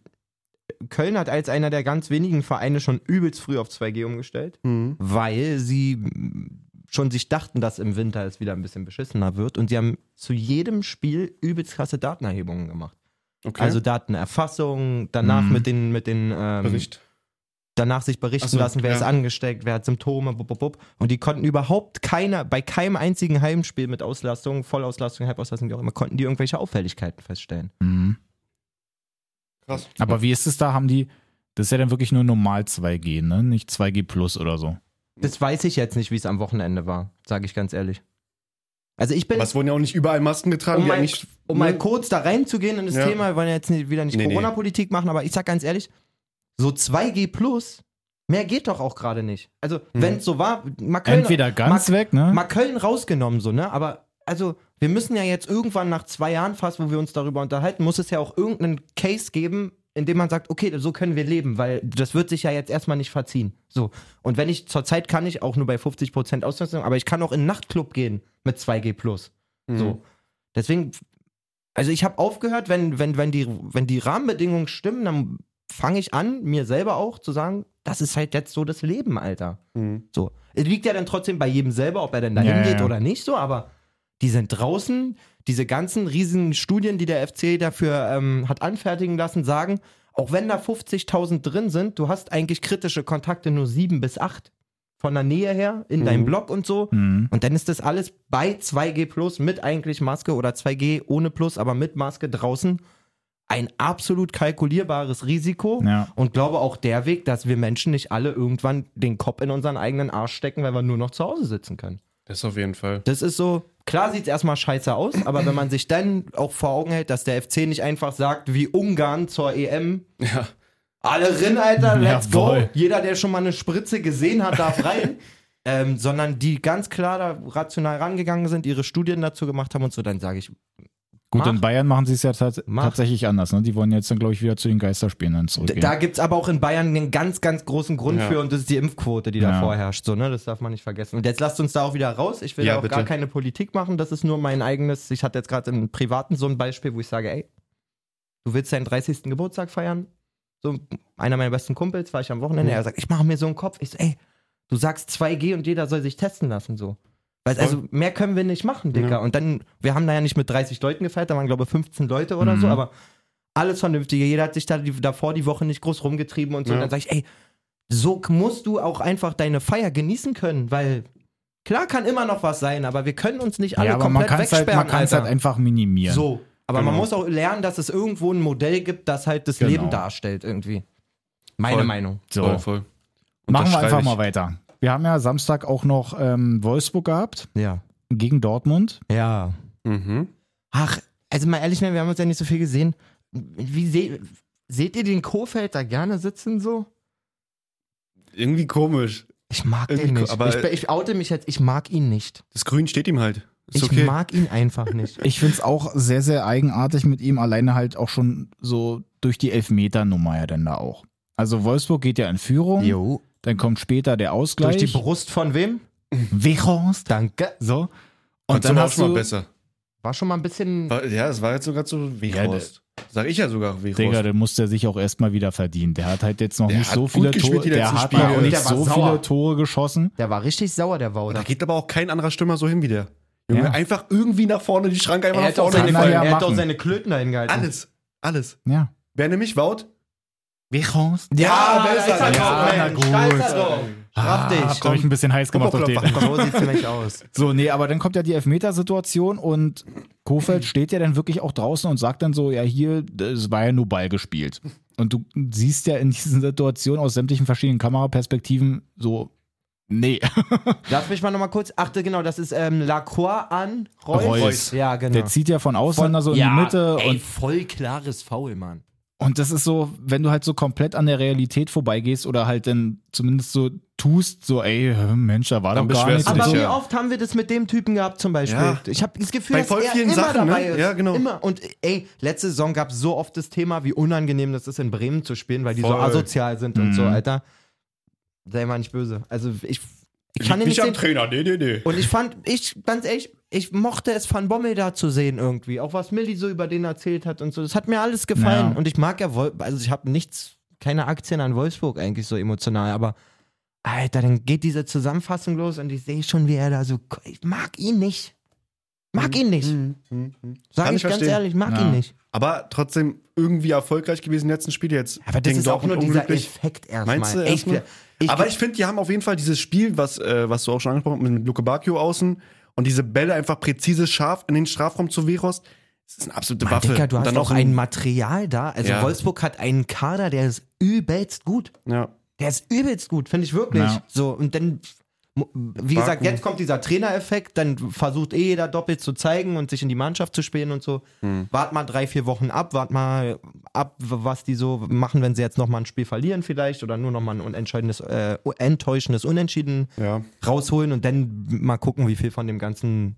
Köln hat als einer der ganz wenigen Vereine schon übelst früh auf 2G umgestellt, Mhm. weil sie mm, schon sich dachten, dass im Winter es wieder ein bisschen beschissener wird. Und sie haben zu jedem Spiel übelst krasse Datenerhebungen gemacht. Okay. Also Datenerfassung, danach Mhm. mit den, mit den ähm, Bericht. danach sich berichten Ach so, lassen, wer ja. ist angesteckt, wer hat Symptome, bub, bub, bub. und die konnten überhaupt keiner, bei keinem einzigen Heimspiel mit Auslastung, Vollauslastung, Halbauslastung, wie auch immer, konnten die irgendwelche Auffälligkeiten feststellen. Mhm. Krass. Aber wie ist es da? Haben die, das ist ja dann wirklich nur normal 2G, ne? Nicht 2G plus oder so. Das weiß ich jetzt nicht, wie es am Wochenende war, sage ich ganz ehrlich. Also ich bin, Aber es wurden ja auch nicht überall Masken getragen, um, die mal, eigentlich. um mal kurz da reinzugehen in das ne? Ja. Thema, wir wollen ja jetzt nicht, wieder nicht Nee, nee. Corona-Politik machen, aber ich sag ganz ehrlich, so 2G plus, mehr geht doch auch gerade nicht. Also Mhm. wenn es so war, man äh, kann Entweder ganz Mag- weg, ne? mal Köln rausgenommen, so, ne? Aber also, wir müssen ja jetzt irgendwann nach zwei Jahren fast, wo wir uns darüber unterhalten, muss es ja auch irgendeinen Case geben, in dem man sagt, okay, so können wir leben, weil das wird sich ja jetzt erstmal nicht verziehen. So. Und wenn ich, zurzeit kann ich auch nur bei 50% Auslastung, aber ich kann auch in einen Nachtclub gehen mit 2G plus. Mhm. Mhm. So. Deswegen, also ich habe aufgehört, wenn, wenn, wenn, die, wenn die Rahmenbedingungen stimmen, dann fange ich an, mir selber auch zu sagen, das ist halt jetzt so das Leben, Alter. Mhm. So. Es liegt ja dann trotzdem bei jedem selber, ob er denn da Ja, hingeht ja, ja. oder nicht, so, aber die sind draußen. Diese ganzen riesigen Studien, die der FC dafür ähm, hat anfertigen lassen, sagen, auch wenn da 50.000 drin sind, du hast eigentlich kritische Kontakte nur sieben bis acht von der Nähe her in deinem Mhm. Blog und so. Mhm. Und dann ist das alles bei 2G Plus mit eigentlich Maske oder 2G ohne Plus, aber mit Maske draußen ein absolut kalkulierbares Risiko. Ja. Und glaube auch der Weg, dass wir Menschen nicht alle irgendwann den Kopf in unseren eigenen Arsch stecken, weil wir nur noch zu Hause sitzen können. Das auf jeden Fall. Das ist so, klar sieht es erstmal scheiße aus, aber wenn man sich dann auch vor Augen hält, dass der FC nicht einfach sagt, wie Ungarn zur EM, Ja. alle rin, Alter, let's Jawohl. go. Jeder, der schon mal eine Spritze gesehen hat, darf rein. ähm, sondern die ganz klar da rational rangegangen sind, ihre Studien dazu gemacht haben und so, dann sage ich, Gut, Mach. in Bayern machen sie es ja tats Mach. tatsächlich anders. Ne? Die wollen jetzt dann, glaube ich, wieder zu den Geisterspielen dann d- zurückgehen. da gibt es aber auch in Bayern einen ganz, ganz großen Grund Ja. für und das ist die Impfquote, die da Ja. vorherrscht. So, ne? Das darf man nicht vergessen. Und jetzt lasst uns da auch wieder raus. Ich will Ja, da auch gar bitte. keine Politik machen. Das ist nur mein eigenes. Ich hatte jetzt gerade im Privaten so ein Beispiel, wo ich sage, ey, du willst deinen 30. Geburtstag feiern? So, einer meiner besten Kumpels war ich am Wochenende. Mhm. Er sagt, ich mache mir so einen Kopf. Ich so, ey, du sagst 2G und jeder soll sich testen lassen, so. Weil, also, mehr können wir nicht machen, Dicker. Ja. Und dann, wir haben da ja nicht mit 30 Leuten gefeiert, da waren, glaube ich, 15 Leute oder Mhm. so, aber alles Vernünftige. Jeder hat sich da die, davor die Woche nicht groß rumgetrieben und so. Ja. Und dann sage ich, ey, so k- musst du auch einfach deine Feier genießen können, weil klar kann immer noch was sein, aber wir können uns nicht alle ja, aber man komplett kann es halt, wegsperren. man kann's halt Alter. einfach minimieren. so. Aber man Genau. muss auch lernen, dass es irgendwo ein Modell gibt, das halt das Genau. Leben darstellt irgendwie. Meine Voll. Meinung. So. Voll, voll. Machen wir einfach Unterschreibe ich. mal weiter. Wir haben ja Samstag auch noch ähm, Wolfsburg gehabt Ja. gegen Dortmund. Ja. Mhm. Ach, also mal ehrlich, wir haben uns ja nicht so viel gesehen. Wie se seht ihr den Kofeld da gerne sitzen so? Irgendwie komisch. Ich mag den Irgendwie, nicht. aber- ich, ich oute mich jetzt, ich mag ihn nicht. Das Grün steht ihm halt. Ich Ist okay. mag ihn einfach nicht. Ich finde es auch sehr, sehr eigenartig mit ihm, alleine halt auch schon so durch die Elfmeter-Nummer ja denn da auch. Also Wolfsburg geht ja in Führung, Jo. dann kommt später der Ausgleich. Durch die Brust von wem? Weghorst. Danke. So. Und dann hast auch schon du- mal besser. War schon mal ein bisschen. War, ja, es war jetzt sogar zu Weghorst. Sag ich ja sogar Weghorst. Digga, der muss der sich auch erstmal wieder verdienen. Der hat halt jetzt noch Der nicht hat so gut viele gespielt Tore. die Der letzten hat Spiele. noch Und nicht der war so sauer. viele Tore geschossen. Der war richtig sauer, der Wauder. da geht aber auch kein anderer Stürmer so hin wie der. Junge, Ja. einfach irgendwie nach vorne, die Schranke einfach nach vorne. seine- gefallen. ja er hat auch machen. seine Klöten dahin gehalten. Alles, alles. Ja. Wer nämlich Wout? Weghorst. Ja, da besser. ist er Ja, drauf, na Mensch. gut. Da ist er drauf. Straf dich. Ah, habt ihr euch ein bisschen heiß gemacht auf den. Komm, so sieht's nämlich aus. So, nee, aber dann kommt ja die Elfmetersituation und Kofeld steht ja dann wirklich auch draußen und sagt dann so, ja hier, es war ja nur Ball gespielt. Und du siehst ja in diesen Situationen aus sämtlichen verschiedenen Kameraperspektiven so, nee, Lass mich mal nochmal kurz. Achte, genau, das ist ähm, Lacroix an Reus. Reus. Ja, genau. der zieht ja von außen da so in ja, die Mitte Ey, und, voll klares Foul, Mann. und das ist so, wenn du halt so komplett an der Realität vorbeigehst oder halt dann zumindest so tust, so ey, Mensch, da war Dann doch gar beschwerst nichts. Also und du Aber dich, so. wie ja. oft haben wir das mit dem Typen gehabt zum Beispiel? Ja. Ich habe das Gefühl, Bei dass voll er vielen immer Sachen, dabei ne? ist. Ja, genau. Immer. Und ey, letzte Saison gab es so oft das Thema, wie unangenehm das ist, in Bremen zu spielen, weil die so Voll. asozial sind und Mhm. so, Alter. Sei mal nicht böse. Also ich, ich kann Liegt ihn nicht nicht am sehen. Trainer, nee, nee, nee. Und ich fand, ich, ganz ehrlich, ich mochte es Van Bommel da zu sehen irgendwie. Auch was Milli so über den erzählt hat und so. Das hat mir alles gefallen. Ja. Und ich mag ja, Wol also ich habe nichts, keine Aktien an Wolfsburg eigentlich so emotional, aber Alter, dann geht diese Zusammenfassung los und ich sehe schon, wie er da so, ich mag ihn nicht. Mag Mhm. ihn nicht. Hm, Sag Kann ich ich ganz verstehen. ehrlich, mag Ja. ihn nicht. Aber trotzdem irgendwie erfolgreich gewesen in den letzten Spielen jetzt. Aber das gegen ist auch nur Dortmund dieser unglücklich. Effekt erstmal. Meinst du Echt, erstmal? ich, Aber ich finde, die haben auf jeden Fall dieses Spiel, was, äh, was du auch schon angesprochen hast, mit Luke Bacchio außen und diese Bälle einfach präzise scharf in den Strafraum zu Veros. Das ist eine absolute Mann, Waffe. Dicker, du Und hast dann auch noch ein Material da. Also Ja. Wolfsburg hat einen Kader, der ist übelst gut. Ja. Der ist übelst gut, finde ich wirklich. Ja. So, und dann, mo- wie gesagt, Baku. jetzt kommt dieser Trainereffekt, dann versucht eh jeder doppelt zu zeigen und sich in die Mannschaft zu spielen und so. Wart mal drei, vier Wochen ab, wart mal ab, w- was die so machen, wenn sie jetzt nochmal ein Spiel verlieren vielleicht oder nur nochmal ein unentscheidendes, äh, enttäuschendes Unentschieden Ja. rausholen und dann mal gucken, wie viel von dem ganzen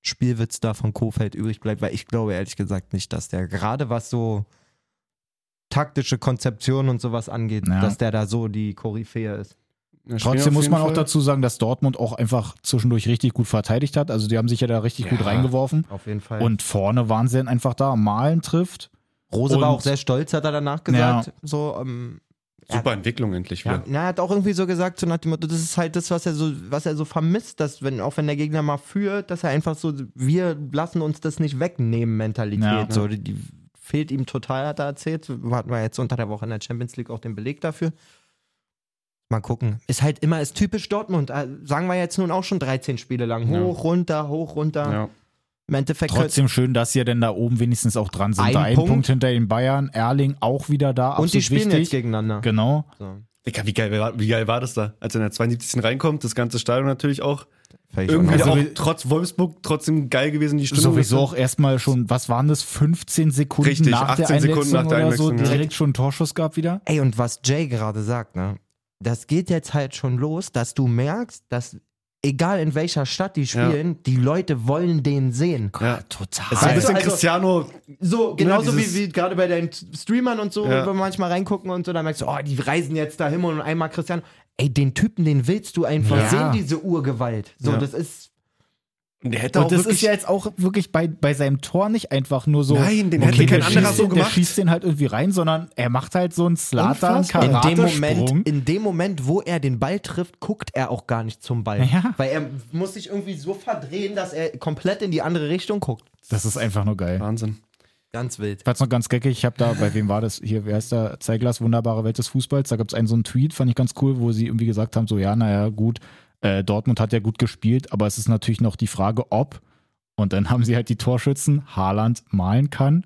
Spielwitz da von Kofeld übrig bleibt, weil ich glaube ehrlich gesagt nicht, dass der gerade was so taktische Konzeption und sowas angeht, Ja. dass der da so die Koryphäe ist. Ja, spielen auf Trotzdem muss jeden man auch Fall. dazu sagen, dass Dortmund auch einfach zwischendurch richtig gut verteidigt hat. Also die haben sich ja da richtig gut Ja. reingeworfen. Auf jeden Fall. Und vorne waren sie dann einfach da. Malen trifft. Rose war und- auch sehr stolz, hat er danach gesagt. So, ähm, Super Entwicklung endlich ja, wieder. na, er hat auch irgendwie so gesagt, so nach dem Motto, das ist halt das, was er so, was er so vermisst, dass wenn, auch wenn der Gegner mal führt, dass er einfach so, wir lassen uns das nicht wegnehmen, Mentalität. Ja. So, die, die fehlt ihm total, hat er erzählt. Hatten wir jetzt unter der Woche in der Champions League auch den Beleg dafür. Mal gucken. Ist halt immer, ist typisch Dortmund. Äh, Sagen wir jetzt nun auch schon 13 Spiele lang. Ja. Hoch, runter, hoch, runter. Ja. Im Endeffekt Trotzdem schön, dass sie ja denn da oben wenigstens auch dran sind. Ein da ein Punkt. Punkt. hinter den Bayern. Erling auch wieder da. und die absolut spielen wichtig. jetzt gegeneinander. Genau. So. Digga, wie geil, war- wie geil war das da? Als er in der 72. reinkommt, das ganze Stadion natürlich auch. Vielleicht auch Irgendwie noch. Also auch wir- trotz Wolfsburg trotzdem geil gewesen, die Stimmung. Sowieso auch erstmal schon, was waren das? 15 Sekunden Richtig, nach der 18 Sekunden Einwechslung nach der oder so. Einwechslung, ja. Direkt schon einen Torschuss gab wieder. Ey, und was Jay gerade sagt, ne? das geht jetzt halt schon los, dass du merkst, dass egal in welcher Stadt die spielen, die Leute wollen den sehen. Ja. Total. Es ist ein Also, bisschen also- Cristiano. So, genauso Ja, dieses- wie, wie gerade bei den Streamern und so, Ja. wo wir manchmal reingucken und so, da merkst du, oh, die reisen jetzt da hin und einmal Christian. Ey, den Typen, den willst du einfach Ja. sehen, diese Urgewalt. So, Ja. das ist. Der hätte auch Und das wirklich, ist ja jetzt auch wirklich bei, bei seinem Tor nicht einfach nur so. Nein, den hätte der kein anderer schießt so den- Der gemacht. schießt den halt irgendwie rein, sondern er macht halt so einen slatan Unfassbar. In dem, Moment, Moment. in dem Moment, wo er den Ball trifft, guckt er auch gar nicht zum Ball. Ja. Weil er muss sich irgendwie so verdrehen, dass er komplett in die andere Richtung guckt. Das ist einfach nur geil. Wahnsinn. Ganz wild. Fand's noch ganz geckig. Ich habe da, bei wem war das? Hier, wer heißt da? Zeiglers, wunderbare Welt des Fußballs. Da gab es einen so einen Tweet, fand ich ganz cool, wo sie irgendwie gesagt haben: so, ja, naja, gut, äh, Dortmund hat ja gut gespielt, aber es ist natürlich noch die Frage, ob. Und dann haben sie halt die Torschützen, Haaland malen kann.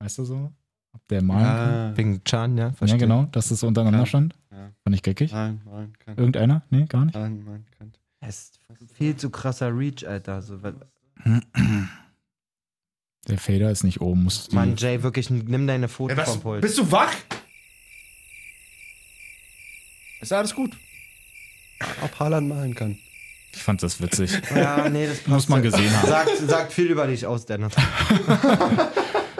Weißt du so? Ob der malen kann. Ah, Wegen Chan, ja. Ja, verstehe. genau, dass das so untereinander Ja. stand. Ja. Fand ich geckig. nein, nein, kann, Irgendeiner? Nee, gar nicht. nein, nein, kann. Es ist viel zu krasser Reach, Alter. So, weil- Der Fader ist nicht oben. Muss die- Mann, Jay, wirklich, nimm deine Fotos vom Pult. bist du wach? Ist alles gut. Ob Haaland malen kann. ich fand das witzig. Ja, nee, das Muss man gesehen haben. Sagt, sagt viel über dich aus, Dennis.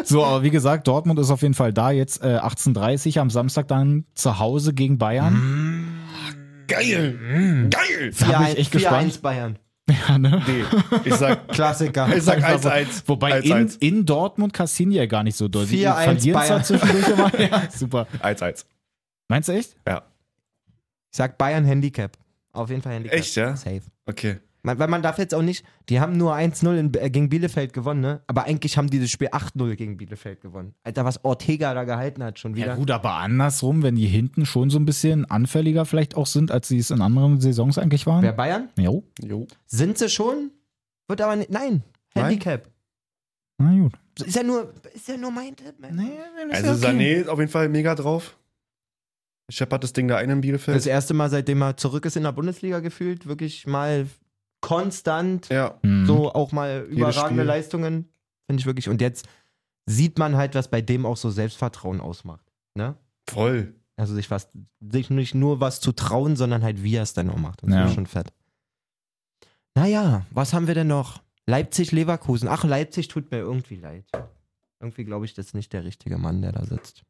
So, aber wie gesagt, Dortmund ist auf jeden Fall da. Jetzt äh, 18.30 am Samstag dann zu Hause gegen Bayern. Geil! Geil! Da bin ich echt gespannt. 4-1 Bayern. Ja, ne? Nee, ich sag, Klassiker. ich sag Einfach so. 1-1. Wobei in, 1-1. in Dortmund kassieren die ja gar nicht so doll. Die 4-1 verlieren zwar Bayern. zwischendurch immer. Ja, super. 1-1. Meinst du echt? Ja. Ich sag Bayern Handicap. Auf jeden Fall Handicap. Echt, ja? Safe. Okay. Man, weil man darf jetzt auch nicht, die haben nur 1-0 in- äh, gegen Bielefeld gewonnen, ne? Aber eigentlich haben die das Spiel 8-0 gegen Bielefeld gewonnen. Alter, was Ortega da gehalten hat schon wieder. Ja gut, aber andersrum, wenn die hinten schon so ein bisschen anfälliger vielleicht auch sind, als sie es in anderen Saisons eigentlich waren. Wer Bayern? Jo. Jo. Sind sie schon? Wird aber nicht. Nein. Nein? Handicap. Na gut. Ist ja nur, ist ja nur mein Tipp. Mein Also Sané ist auf jeden Fall mega drauf. Shepard das Ding da ein in Das Bielefeld. erste Mal, seitdem er zurück ist in der Bundesliga gefühlt, wirklich mal konstant, Ja. Mhm. so auch mal überragende Spiel. Leistungen, finde ich wirklich. Und jetzt sieht man halt, was bei dem auch so Selbstvertrauen ausmacht. Ne? Voll. Also sich was, sich nicht nur was zu trauen, sondern halt wie er es dann auch macht. Und Ja. das ist schon fett. Naja, was haben wir denn noch? Leipzig, Leverkusen. Ach, Leipzig tut mir irgendwie leid. Irgendwie glaube ich, das ist nicht der richtige Mann, der da sitzt.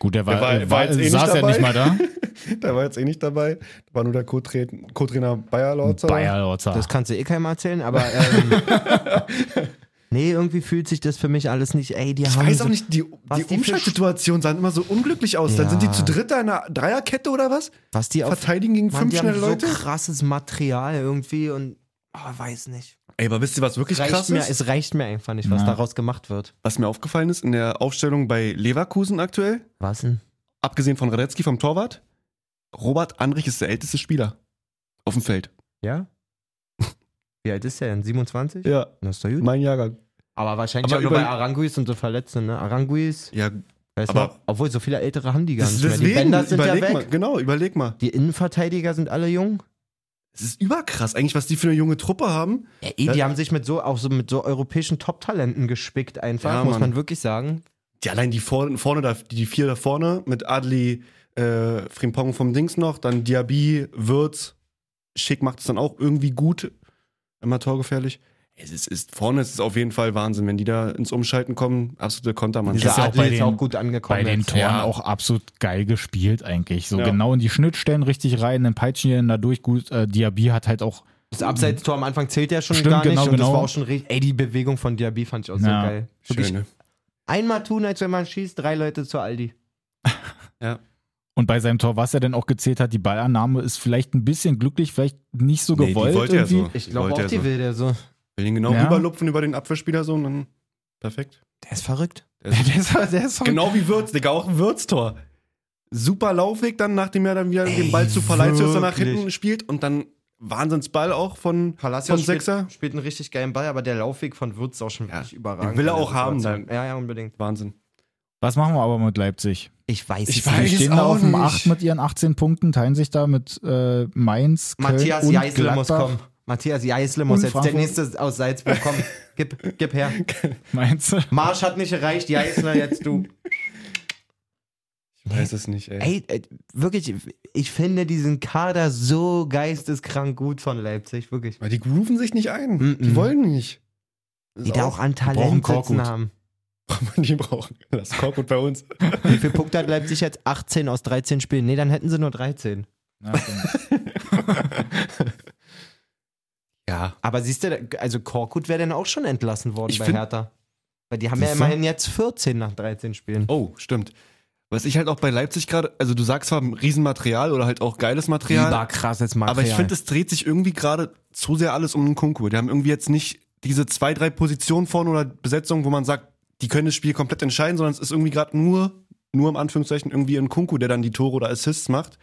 Gut, der war, Der war- äh, war jetzt eh saß nicht ja nicht dabei. mal da. Der war jetzt eh nicht dabei. Da war nur der Co-Tra- Co-Trainer Bayer Lorzer. Bayer Lorzer. Ah. Das kannst du eh keinem erzählen, aber ähm, nee, irgendwie fühlt sich das für mich alles nicht. Ey, die Ich haben weiß so, auch nicht, die, die die für Umschaltsituationen sahen immer so unglücklich aus. Dann Ja. sind die zu dritt da in einer Dreierkette oder was? was die auf Verteidigen gegen Mann, fünf die haben schnelle so Leute? krasses Material irgendwie und oh, weiß nicht. Ey, aber wisst ihr, was wirklich Reicht krass mir, ist? es reicht mir einfach nicht, was Ja. daraus gemacht wird. Was mir aufgefallen ist in der Aufstellung bei Leverkusen aktuell, Was denn? abgesehen von Radetzky vom Torwart, Robert Andrich ist der älteste Spieler auf dem Feld. Ja? Wie alt ist der denn? 27? Ja, Das ist doch gut. mein Jahrgang. Aber wahrscheinlich Aber auch nur über- bei Aranguis und so Verletzten, ne? Aranguis, Ja, weiß aber- noch, obwohl so viele ältere haben die gar das, nicht mehr. Die deswegen, Bänder sind ja überleg weg. mal, genau, überleg mal. Die Innenverteidiger sind alle jung. Es ist überkrass eigentlich, was die für eine junge Truppe haben. Ja, eh, die haben sich mit so auch so mit so europäischen Top-Talenten gespickt einfach, Ja, muss Mann. man wirklich sagen. Die allein die vorne, vorne da, die, die vier da vorne mit Adli, äh, Frimpong vom Dings noch, dann Diaby, Wirtz, Schick macht es dann auch irgendwie gut, immer torgefährlich. Es ist, ist vorne ist es auf jeden Fall Wahnsinn, wenn die da ins Umschalten kommen, absolute Kontermannschaft. Dieser ja auch Adli bei ist den- auch gut angekommen. bei den jetzt. Toren Ja. auch absolut geil gespielt eigentlich. So Ja. genau in die Schnittstellen richtig rein, dann peitschen die dann da durch. Gut, äh, Diaby hat halt auch Das Abseitstor am Anfang zählt ja schon Stimmt, gar nicht genau, und genau. das war auch schon richtig. Ey, die Bewegung von Diaby fand ich auch so Ja, geil. Wirklich Schön, ne? einmal tun, als wenn man schießt, drei Leute zu Aldi. Und bei seinem Tor, was er denn auch gezählt hat, die Ballannahme ist vielleicht ein bisschen glücklich, vielleicht nicht so Nee, die gewollt. wollte er irgendwie. so. Ich glaube Wollte auch, er die so. will der so. Will den genau Ja. rüberlupfen über den Abwehrspieler so und dann perfekt. Der ist verrückt. Der ist, der ist Genau wie Würz, Digga, auch ein Würztor. Super Laufweg dann, nachdem er dann wieder den Ball zu Palacios dann nach wirklich. hinten spielt und dann Wahnsinnsball auch von, Palacios von Sechser. spielt, spielt einen richtig geilen Ball, aber der Laufweg von Würz ist auch schon Ja, wirklich überragend. den will er in der auch haben Situation. dann. Ja, ja, unbedingt. Wahnsinn. Was machen wir aber mit Leipzig? Ich weiß Ich es weiß- Die nicht. stehen auch da auf dem nicht. 8 mit ihren 18 Punkten, teilen sich da mit äh, Mainz, Köln Matthias und Jeißle muss Gladbach. kommen. Matthias Jeißle muss Und jetzt Frankfurt. der nächste aus Salzburg kommen. Gib, gib her. Meinst du? Marsch hat nicht erreicht, Jeißle, jetzt du. Ich weiß es nicht, ey. Ey, äh, wirklich, ich finde diesen Kader so geisteskrank gut von Leipzig, wirklich. Weil die grooven sich nicht ein. Mhm. Die wollen nicht. Die da auch an brauchen Talent Korkut. sitzen haben. die brauchen. Das Korkut bei uns. Wie viel Punkte hat Leipzig jetzt? 18 aus 13 Spielen. Nee, dann hätten sie nur 13. Ja, stimmt. Ja. Aber siehst du, also Korkut wäre dann auch schon entlassen worden Ich bei find- Hertha. Weil die haben ja Siehst du? immerhin jetzt 14 nach 13 Spielen. Oh, stimmt. Was ich halt auch bei Leipzig gerade, also du sagst zwar Riesenmaterial oder halt auch geiles Material, Überkrasses Material. aber ich finde, es dreht sich irgendwie gerade zu sehr alles um den Kunku. Die haben irgendwie jetzt nicht diese zwei, drei Positionen vorne oder Besetzungen, wo man sagt, die können das Spiel komplett entscheiden, sondern es ist irgendwie gerade nur, nur im Anführungszeichen irgendwie ein Kunku, der dann die Tore oder Assists macht.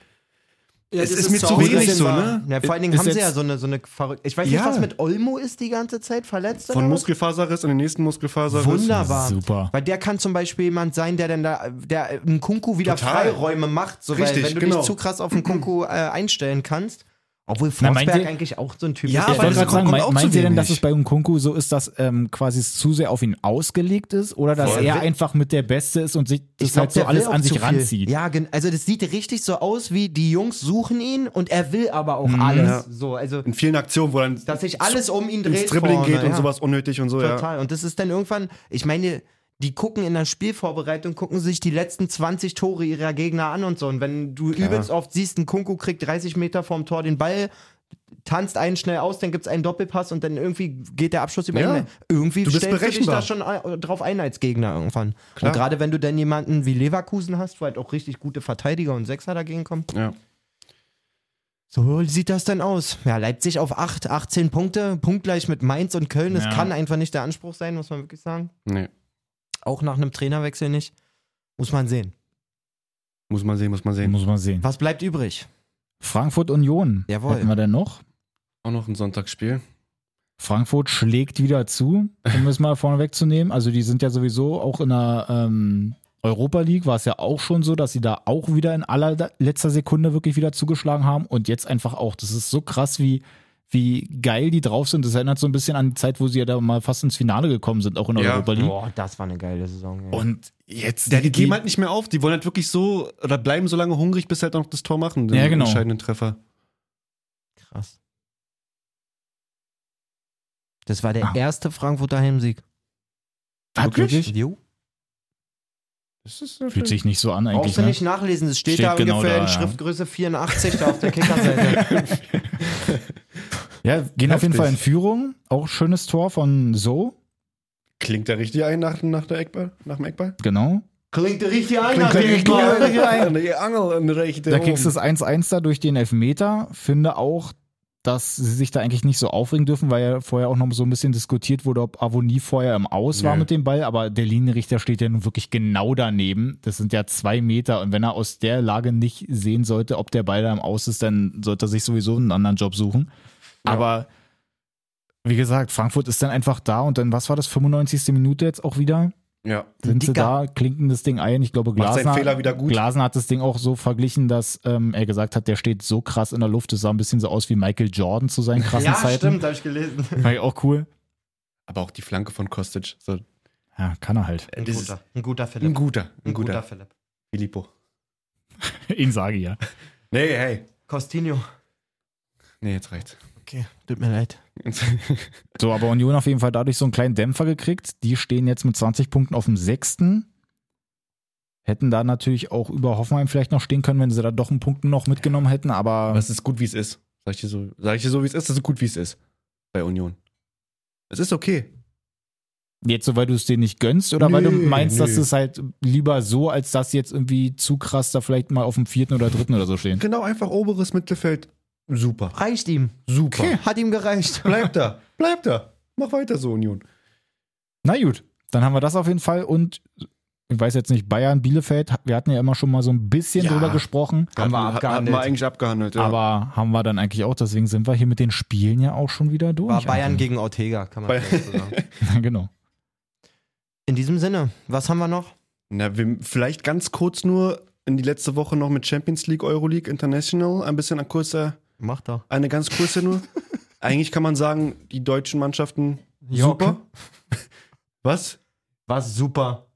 Ja, Es das ist mir so zu auch ein wenig bisschen so, wahr. ne? Ja, vor allen Dingen Ist haben sie jetzt- ja so eine, so eine verrückte. Ich weiß Ja. nicht, was mit Olmo ist die ganze Zeit verletzt. Von oder was? Muskelfaserriss in den nächsten Muskelfaserriss. Wunderbar. Super. Weil der kann zum Beispiel jemand sein, der dann da, der einen Kunku wieder Total. Freiräume macht, so weil Richtig, wenn du genau. dich zu krass auf den Kunku äh, einstellen kannst. Obwohl Na, meint Forsberg ihr- eigentlich auch so ein Typ Ja, ist. Ich weil wollte das gerade kommt sagen, auch mein, zu meint ihr denn, dass wenig. es bei Nkunku so ist, dass ähm, quasi es zu sehr auf ihn ausgelegt ist oder dass Voll. er einfach mit der Beste ist und sich das Ich glaub, halt so der will alles auch an zu sich viel. ranzieht? Ja, gen- also das sieht richtig so aus, wie die Jungs suchen ihn und er will aber auch alles. Ja. So, also In vielen Aktionen, wo dann dass sich alles um ihn dreht. ins Dribbling vorne, geht und ja. sowas unnötig und so, ja. Total. Und das ist dann irgendwann, ich meine, die gucken in der Spielvorbereitung, gucken sich die letzten 20 Tore ihrer Gegner an und so. Und wenn du übelst oft siehst, ein Kunku kriegt 30 Meter vorm Tor den Ball, tanzt einen schnell aus, dann gibt es einen Doppelpass und dann irgendwie geht der Abschluss über Ja. ihn. Irgendwie Du bist stellst du dich berechenbar. da schon ein- äh, drauf ein als Gegner irgendwann. Klar. Und gerade wenn du dann jemanden wie Leverkusen hast, wo halt auch richtig gute Verteidiger und Sechser dagegen kommen, ja. so sieht das dann aus. Ja, Leipzig auf 8, 18 Punkte, punktgleich mit Mainz und Köln. Das Ja. kann einfach nicht der Anspruch sein, muss man wirklich sagen. Nee. Auch nach einem Trainerwechsel nicht. Muss man sehen. Muss man sehen, muss man sehen. Muss man sehen. Was bleibt übrig? Frankfurt Union. Jawohl. Hätten wir denn noch? Auch noch ein Sonntagsspiel. Frankfurt schlägt wieder zu, um es mal vorne wegzunehmen. Also die sind ja sowieso auch in der ähm, Europa League, war es ja auch schon so, dass sie da auch wieder in allerletzter Sekunde wirklich wieder zugeschlagen haben und jetzt einfach auch. Das ist so krass, wie, wie geil die drauf sind. Das erinnert so ein bisschen an die Zeit, wo sie ja da mal fast ins Finale gekommen sind, auch in der Ja. Europa League. Boah, das war eine geile Saison. Ey. Und jetzt. Ja, die geben halt nicht mehr auf. Die wollen halt wirklich so oder bleiben so lange hungrig, bis sie halt noch das Tor machen. Den Ja, genau. entscheidenden Treffer. krass. Das war der Ah. erste Frankfurter Heimsieg. Wirklich? Jo. Fühlt sich nicht so an eigentlich. Brauchst du Ne? nicht nachlesen, es steht, Steht da genau ungefähr da, in ja. Schriftgröße 84 da auf der Kickerseite. Ja, gehen auf jeden Heftig. Fall in Führung. Auch schönes Tor von So. Klingt der richtig ein nach, nach, der Eckball, nach dem Eckball? Genau. Klingt richtig ein, Die Angel in rechte Da kriegst du das 1-1 da durch den Elfmeter. Finde auch, dass sie sich da eigentlich nicht so aufregen dürfen, weil ja vorher auch noch so ein bisschen diskutiert wurde, ob Avonie vorher im Aus war Nö. mit dem Ball. Aber der Linienrichter steht ja nun wirklich genau daneben. Das sind ja zwei Meter. Und wenn er aus der Lage nicht sehen sollte, ob der Ball da im Aus ist, dann sollte er sich sowieso einen anderen Job suchen. Ja. Aber wie gesagt, Frankfurt ist dann einfach da. Und dann, was war das, 95. Minute jetzt auch wieder? Ja. sind sie da, Dicker. klinken das Ding ein. Ich glaube, Macht seinen Glasner, Fehler wieder gut. Glasner hat das Ding auch so verglichen, dass ähm, er gesagt hat, der steht so krass in der Luft. Das sah ein bisschen so aus wie Michael Jordan zu seinen krassen Ja, Zeiten. stimmt, habe ich gelesen. War ja auch cool. Aber auch die Flanke von Kostic. So, Ja, kann er halt. Ein das ist- guter, ein guter Philipp. ein guter, Ein guter guter. Philipp. Filippo. Ihn sage ja. Nee, hey. Costinho. Nee, jetzt reicht's. Okay, tut mir leid. So, aber Union auf jeden Fall dadurch so einen kleinen Dämpfer gekriegt. Die stehen jetzt mit 20 Punkten auf dem sechsten. Hätten da natürlich auch über Hoffenheim vielleicht noch stehen können, wenn sie da doch einen Punkt noch mitgenommen hätten. Aber Aber es ist gut, wie es ist. Sag ich dir so, sag ich dir so wie es ist, es ist gut, wie es ist. Bei Union. Es ist okay. Jetzt so, weil du es denen nicht gönnst oder weil du Nö, meinst, dass nö. es halt lieber so, als dass sie jetzt irgendwie zu krass da vielleicht mal auf dem vierten oder dritten oder so stehen. Genau, einfach oberes Mittelfeld. Super. Reicht ihm. Super. Okay. Hat ihm gereicht. Bleib da. Bleib da. Mach weiter so, Union. Na gut, dann haben wir das auf jeden Fall und ich weiß jetzt nicht, Bayern, Bielefeld, wir hatten ja immer schon mal so ein bisschen Ja. drüber gesprochen, Haben wir Hatten- Hatten abgehandelt. wir eigentlich abgehandelt, ja. aber haben wir dann eigentlich auch, deswegen sind wir hier mit den Spielen ja auch schon wieder durch. War Bayern gegen Ortega, kann man Bayern- vielleicht so sagen. gegen. genau. In diesem Sinne, was haben wir noch? Na, wir, vielleicht ganz kurz nur in die letzte Woche noch mit Champions League, Euroleague, International. Ein bisschen ein kurzer, Macht doch. eine ganz kurze nur. Eigentlich kann man sagen, die deutschen Mannschaften Jock. super. Was? War super.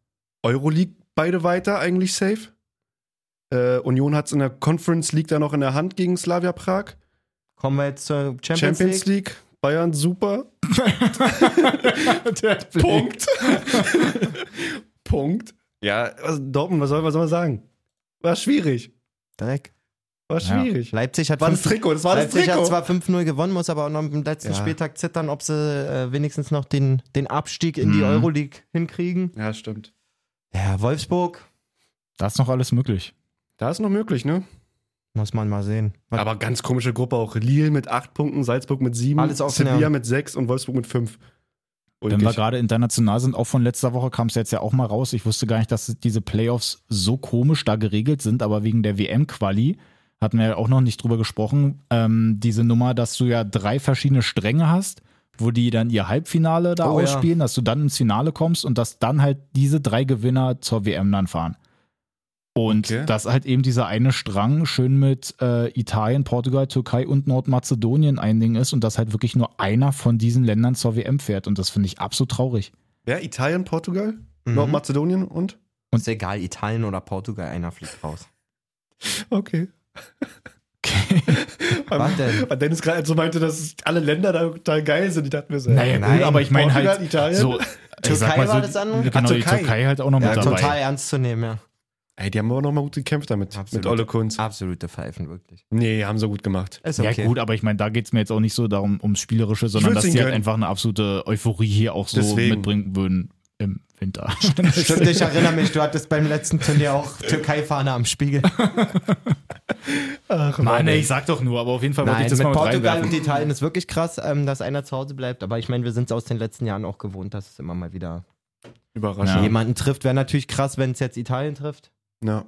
Euroleague beide weiter eigentlich safe? Äh, Union hat es in der Conference League da noch in der Hand gegen Slavia Prag. Kommen wir jetzt zur Champions, Champions League. League. Bayern super. Punkt. Punkt. Ja, also Dortmund, was soll, was soll man sagen? War schwierig. Dreck. War Ja. schwierig. Leipzig hat War das fünf- Trikot, das war das Leipzig Trikot. hat zwar 5-0 gewonnen, muss aber auch noch am letzten Ja. Spieltag zittern, ob sie äh, wenigstens noch den, den Abstieg in die Mhm. Euroleague hinkriegen. ja, stimmt. Ja, Wolfsburg, Da ist noch alles möglich. Da ist noch möglich, ne? muss man mal sehen. Was- Aber ganz komische Gruppe auch. Lille mit 8 Punkten, Salzburg mit 7, Alles offen, Sevilla ja. mit 6 und Wolfsburg mit 5. Wenn wir gerade international sind, auch von letzter Woche kam es jetzt ja auch mal raus. Ich wusste gar nicht, dass diese Playoffs so komisch da geregelt sind, aber wegen der WM-Quali hatten wir ja auch noch nicht drüber gesprochen. Ähm, diese Nummer, dass du ja drei verschiedene Stränge hast, wo die dann ihr Halbfinale da Oh, ja. ausspielen, dass du dann ins Finale kommst und dass dann halt diese drei Gewinner zur WM dann fahren. Und Okay. dass halt eben dieser eine Strang schön mit äh, Italien, Portugal, Türkei und Nordmazedonien ein Ding ist und dass halt wirklich nur einer von diesen Ländern zur WM fährt. Und das finde ich absolut traurig. Ja, Italien, Portugal, Mhm. Nordmazedonien und? Ist egal, Italien oder Portugal, einer fliegt raus. Okay. Was denn? Weil Dennis gerade so meinte, dass alle Länder da total geil sind. Ich dachte mir so, Naja, Nein, gut, aber ich meine Portugal, halt Italien. so. ich sag Türkei mal so, war das andere? Genau, Ah, die Türkei. Türkei halt auch noch Ja, mit dabei. total ernst zu nehmen, ja. Ey, die haben aber noch mal gut gekämpft damit, Absolut. mit Olle Kunz. Absolute Pfeifen, wirklich. Nee, haben sie gut gemacht. Ist Ja okay. gut, aber ich meine, da geht es mir jetzt auch nicht so darum ums Spielerische, sondern würd's dass die ihnen halt gönnen. einfach eine absolute Euphorie hier auch so Deswegen. mitbringen würden im Winter. Stimmt, ich erinnere mich, du hattest beim letzten Turnier auch Türkei-Fahne am Spiegel. Ach, Mann, ey, ich sag doch nur, aber auf jeden Fall wollte Nein, ich das mit mal mit Portugal reinwerfen. und Italien ist wirklich krass, ähm, dass einer zu Hause bleibt. Aber ich meine, wir sind es aus den letzten Jahren auch gewohnt, dass es immer mal wieder Ja. Überraschend. jemanden trifft. Wäre natürlich krass, wenn es jetzt Italien trifft. Ja.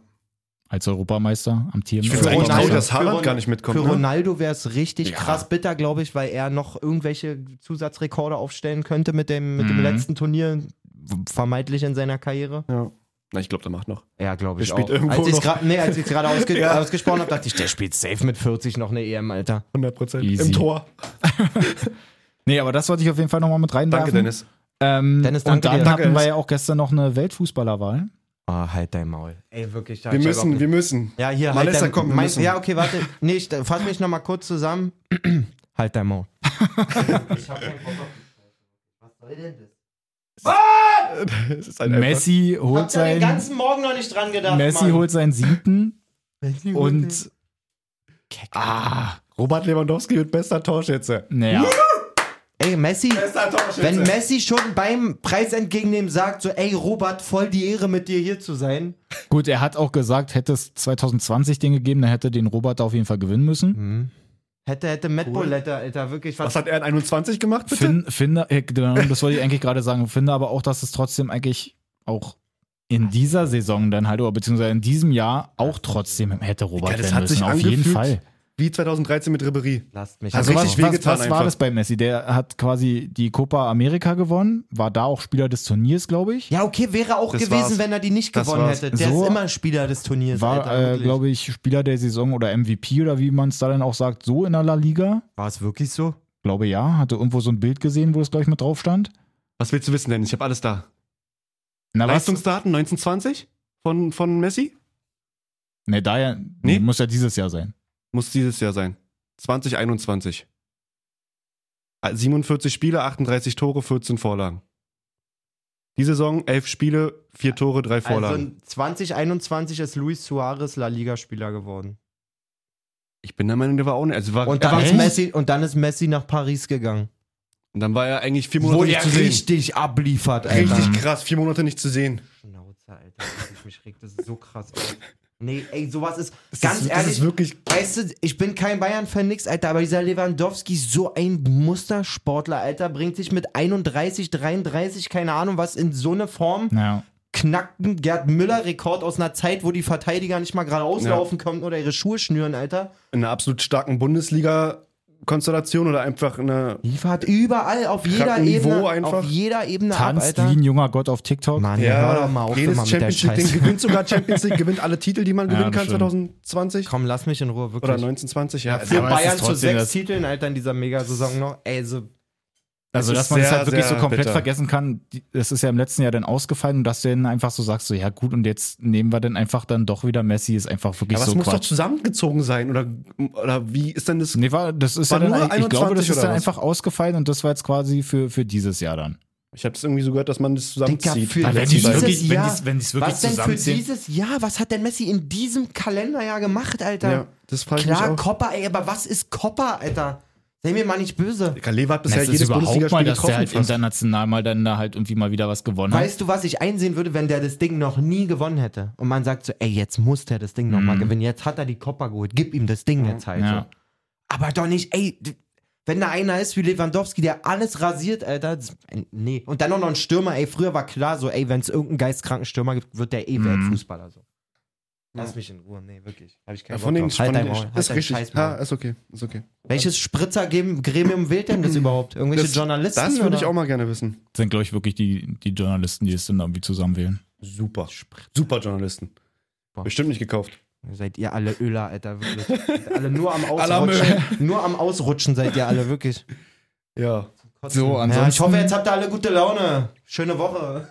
Als Europameister am Tier. Ich find's Für eigentlich Ronaldo- traurig, dass für Haaland Ron- gar nicht mitkommt. Für ne? Ronaldo wäre es richtig Ja. krass bitter, glaube ich, weil er noch irgendwelche Zusatzrekorde aufstellen könnte mit dem, mit dem Mhm. letzten Turnier, w- vermeintlich in seiner Karriere. Ja. Na, ich glaube, der macht noch. Ja, glaube Der ich spielt auch. irgendwo als ich noch. gerade nee, als ich's gerade ausge Ja. ausgesprochen habe, dachte ich, der spielt safe mit 40 noch eine EM, Alter. 100 Prozent. Easy. Im Tor. Nee, aber das wollte ich auf jeden Fall nochmal mit reinwerfen. Danke, Dennis. Ähm, Dennis, und danke dann dir. hatten Danke, wir Dennis. ja auch gestern noch eine Weltfußballerwahl. Ah, halt dein Maul. Ey, wirklich. da hab Wir ich müssen, überhaupt wir müssen. Ja, hier, Malessa, halt dein, komm, wir mein, müssen. Ja, okay, warte. Nee, ich fass mich nochmal kurz zusammen. halt dein Maul. ich hab keinen Bock auf Was soll denn das? Es Äh, ist halt einfach- Messi holt Hab da den sein, ganzen Morgen noch nicht dran gedacht, Messi Mann. holt seinen siebten Messi holt den- und Ah, Robert Lewandowski mit bester Torschütze. naja, Ey, Messi, Bester Torschütze. wenn Messi schon beim Preis entgegennehmen sagt, so, ey, Robert, voll die Ehre, mit dir hier zu sein. gut, er hat auch gesagt, hätte es 2020 den gegeben, dann hätte den Robert auf jeden Fall gewinnen müssen. Mhm. Hätte, hätte Matt Boletta, Alter, wirklich Was hat er in 21 gemacht, bitte? Fin, finde, äh, genau, das wollte ich eigentlich gerade sagen, finde aber auch, dass es trotzdem eigentlich auch in dieser Saison dann halt, oder beziehungsweise in diesem Jahr auch trotzdem hätte Robert Ja, das gewinnen hat müssen, sich auf angefühlt. jeden Fall. Wie 2013 mit Ribery. Lasst mich. Also am richtig Arsch. was, wehgetan was war einfach. das bei Messi? Der hat quasi die Copa America gewonnen, war da auch Spieler des Turniers, glaube ich. ja, okay, wäre auch Das gewesen, war's. wenn er die nicht Das gewonnen war's. hätte. Der So- ist immer ein Spieler des Turniers, Alter, War, äh, wirklich. glaube ich, Spieler der Saison oder MVP oder wie man es da dann auch sagt, so in der La Liga. War es wirklich so? Glaube ja, hatte irgendwo so ein Bild gesehen, wo es gleich mit drauf stand. Was willst du wissen, Dennis? Ich habe alles da. Na, was? Leistungsdaten 1920 von, von Messi? Ne, da ja, Nee. nee. muss ja dieses Jahr sein. Muss dieses Jahr sein. 2021. Ah, 47 Spiele, 38 Tore, 14 Vorlagen. Die Saison 11 Spiele, 4 Tore, 3 Vorlagen. Also 2021 ist Luis Suarez La Liga-Spieler geworden. ich bin der Meinung, der war auch nicht. Also war, Und er dann, war ist echt? Messi, und dann ist Messi nach Paris gegangen. und dann war er eigentlich vier Monate nicht zu sehen. abliefert, Richtig krass, vier Monate nicht zu sehen. Schnauze, Alter. Ich mich regt das so krass auf. Nee, ey, sowas ist, Das ganz ist, Das ehrlich, ist wirklich. weißt du, ich bin kein Bayern-Fan, nix, Alter, aber dieser Lewandowski, so ein Mustersportler, Alter, bringt sich mit 31, 33, keine Ahnung was, in so eine Form, Ja. knackt einen Gerd Müller-Rekord aus einer Zeit, wo die Verteidiger nicht mal gerade auslaufen konnten oder ihre Schuhe schnüren, Alter. In einer absolut starken Bundesliga-Konstellation oder einfach in einer. Liefert überall, auf jeder Krassen Niveau Ebene, einfach. auf jeder Ebene Tanzt ab, wie Alter. ein junger Gott auf TikTok. Mann, hör doch mal auf jedes immer mit der Champions League-Ding Scheiße. gewinnt sogar Champions League, gewinnt alle Titel, die man Ja, gewinnen das kann stimmt. 2020 Komm, lass mich in Ruhe, wirklich. oder 1920. Ja, Ja, Für aber es ist Bayern zu trotzdem sechs das- Titeln, Alter, in dieser Megasaison noch. Ey, so, Also, Es dass ist man es sehr, halt wirklich sehr so komplett bitter. vergessen kann, die- das ist ja im letzten Jahr dann ausgefallen und dass du dann einfach so sagst, so, ja gut, und jetzt nehmen wir dann einfach dann doch wieder Messi, ist einfach wirklich Aber so es muss doch Quatsch. zusammengezogen sein oder, oder wie ist denn das? Nee, war, das ist War ja nur dann, ich glaube, 21 das ist oder dann was? einfach ausgefallen und das war jetzt quasi für, für dieses Jahr dann. Ich habe es irgendwie so gehört, dass man das Digga, zusammenzieht. für Aber wenn dieses die's wirklich- wenn Jahr, die's- wenn die's wirklich was denn für zusammenziehen- dieses Jahr? Was hat denn Messi in diesem Kalenderjahr gemacht, Alter? Ja, das frag ich Klar, mich auch. Kopper, ey, aber was ist Kopper, Alter? Sei mir mal nicht böse. Kalewa hat Das bisher ist jedes überhaupt Bundesligaspiel mal, dass der getroffen. halt fast. international mal dann da halt irgendwie mal wieder was gewonnen hat. Weißt du, was ich einsehen würde, wenn der das Ding noch nie gewonnen hätte? Und man sagt so, ey, jetzt muss der das Ding noch nochmal gewinnen. Jetzt hat er die Kopper geholt. Gib ihm das Ding jetzt halt. Mhm. Ja. So. Aber doch nicht, ey, d- wenn da einer ist wie Lewandowski, der alles rasiert, Alter. Das, äh, nee. Und dann auch noch ein Stürmer, ey. Früher war klar so, ey, wenn es irgendeinen geistkranken Stürmer gibt, wird der Mhm. eh Weltfußballer so. Lass mich in Ruhe. Nee, wirklich. Hab ich keinen Ja, Bock von den, drauf. Halt von dein den Maul. Halt ist dein richtig. Scheiß Ja, Maul. ist okay, ist okay. Welches Spritzergremium wählt denn das überhaupt? Irgendwelche Das- Journalisten? Das würde ich oder? auch mal gerne wissen. sind, glaube ich, wirklich die, die Journalisten, die es dann irgendwie zusammenwählen. Super. Super Journalisten. Boah. Bestimmt nicht gekauft. Seid ihr alle Öler, Alter, wirklich. Seid alle nur am Aller Ausrutschen. nur am Ausrutschen seid ihr alle, wirklich. Ja. Kotzen. So, Ja, ich ansonsten- hoffe, jetzt habt ihr alle gute Laune. Schöne Woche.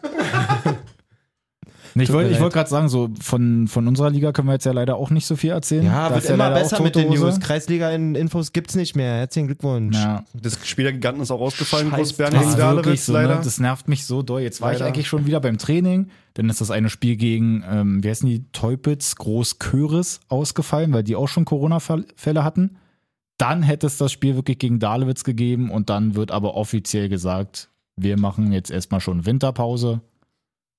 Nee, ich Tut mir wollte leid. wollt gerade sagen, so von, von unserer Liga können wir jetzt ja leider auch nicht so viel erzählen. Ja, Da wird ist immer leider auch besser mit den tote Hose. News. Kreisliga-Infos gibt's nicht mehr. Herzlichen Glückwunsch. Ja. Das Spiel der Giganten ist auch ausgefallen. Scheiß- Großbären Das Das, ist gegen ist wirklich Dahlewitz, so, ne? leider. das nervt mich so doll. Jetzt war Leider. ich eigentlich schon wieder beim Training. Dann ist das eine Spiel gegen, ähm, wie heißen die, Teupitz Großköris ausgefallen, weil die auch schon Corona-Fälle hatten. Dann hätte es das Spiel wirklich gegen Dahlewitz gegeben und dann wird aber offiziell gesagt, wir machen jetzt erstmal schon Winterpause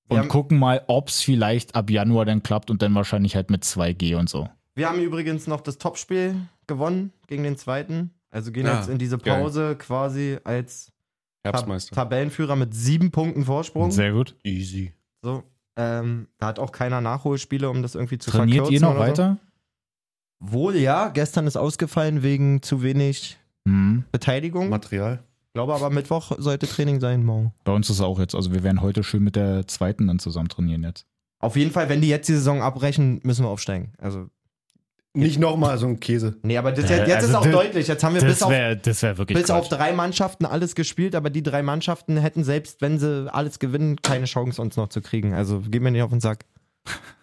Wir und haben- gucken mal, ob es vielleicht ab Januar dann klappt und dann wahrscheinlich halt mit 2G und so. Wir haben übrigens noch das Topspiel gewonnen gegen den zweiten. Also gehen Ah, jetzt in diese geil. Pause quasi als Tab Herbstmeister. Tabellenführer mit sieben Punkten Vorsprung. Sehr gut. Easy. So. Ähm, da hat auch keiner Nachholspiele, um das irgendwie zu Trainiert verkürzen. ihr noch oder weiter? So. Wohl ja. Gestern ist ausgefallen wegen zu wenig Hm. Beteiligung. Material. glaube aber, Mittwoch sollte Training sein, morgen. Bei uns ist es auch jetzt, also wir werden heute schön mit der zweiten dann zusammen trainieren jetzt. Auf jeden Fall, wenn die jetzt die Saison abbrechen, müssen wir aufsteigen. Also, Nicht nochmal so ein Käse. nee, aber das, Äh, jetzt ist also auch das- deutlich. Jetzt haben wir bis auf, das wär wirklich bis auf drei Mannschaften alles gespielt, aber die drei Mannschaften hätten selbst, wenn sie alles gewinnen, keine Chance, uns noch zu kriegen. Also, geh mir nicht auf den Sack.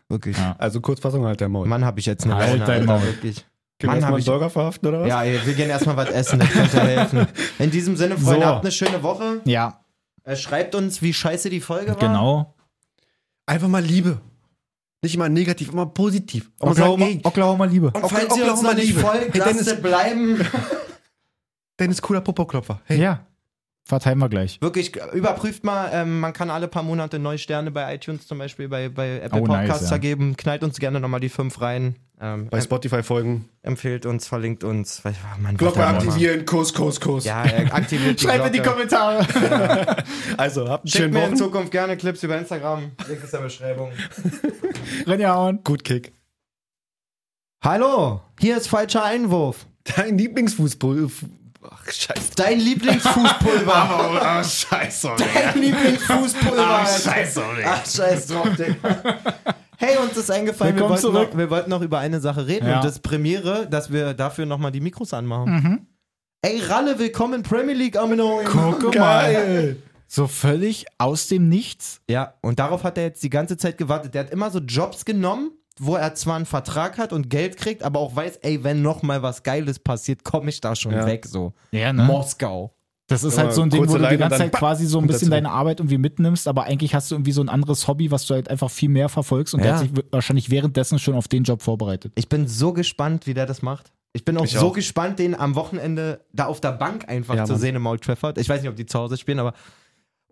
Wirklich. Ja. Also Kurzfassung halt der Maul. Mann, habe ich jetzt eine Halt Laune, dein Alter, Maul. wirklich. Können Mann, wir hab erstmal ich- einen Burger verhaften oder was? Ja, ey, wir gehen erstmal was essen, das könnte helfen. In diesem Sinne, Freunde, So. habt eine schöne Woche. Ja, Äh, Schreibt uns, wie scheiße die Folge war. genau. Einfach mal Liebe. Nicht immer negativ, immer positiv. Auch mal sagen, Oklahoma, ey, Oklahoma Liebe. Und Auch- falls auch ihr uns Oklahoma noch nicht Liebe. folgt, Hey, lasst Dennis. es bleiben. Dennis cooler Popoklopfer. Hey. Ja, verteilen wir gleich. Wirklich, überprüft mal, ähm, man kann alle paar Monate neue Sterne bei iTunes zum Beispiel, bei, bei Apple Oh, nice, Podcasts ja. vergeben. Knallt uns gerne nochmal die fünf rein. Ähm, Bei em- Spotify folgen. empfehlt uns, verlinkt uns. Weiß- oh Mann, Glocke was haben wir aktivieren, Kuss, Kuss, Kuss. gemacht? Ja, äh, aktiviert die Glocke. Kommentare. Also, habt einen Schickt schönen mir in Wochen. Zukunft gerne Clips über Instagram. Link ist in der Beschreibung. Renjaon. Gut Kick. Hallo, hier ist falscher Einwurf. Dein Lieblingsfußball. Ach, scheiße. Dein Lieblingsfußpulver. Ah, scheiße. Dein Lieblingsfußpulver. Ah, Alter. scheiße, Digga. Ach, scheiß drauf, Digga. Hey, uns ist eingefallen, wir Willkommen wollten, zurück. noch, wir wollten noch über eine Sache reden Ja. und das Premiere, dass wir dafür nochmal die Mikros anmachen. Ey, Ralle, willkommen in Premier League, Aminoin. Guck mal. So völlig aus dem Nichts. Ja, und darauf hat er jetzt die ganze Zeit gewartet. Der hat immer so Jobs genommen, wo er zwar einen Vertrag hat und Geld kriegt, aber auch weiß, ey, wenn nochmal was Geiles passiert, komme ich da schon Ja. weg, so. Ja, ne? Moskau. Das ist Ja, halt so ein Ding, kurze wo du die Leine ganze und dann Zeit quasi so ein und bisschen dazu. deine Arbeit irgendwie mitnimmst, aber eigentlich hast du irgendwie so ein anderes Hobby, was du halt einfach viel mehr verfolgst und der Ja. hat sich w- wahrscheinlich währenddessen schon auf den Job vorbereitet. Ich bin so gespannt, wie der das macht. Ich bin auch Ich so auch. gespannt, den am Wochenende da auf der Bank einfach Ja, zu Mann. sehen im Old Trafford. Ich weiß nicht, ob die zu Hause spielen, aber.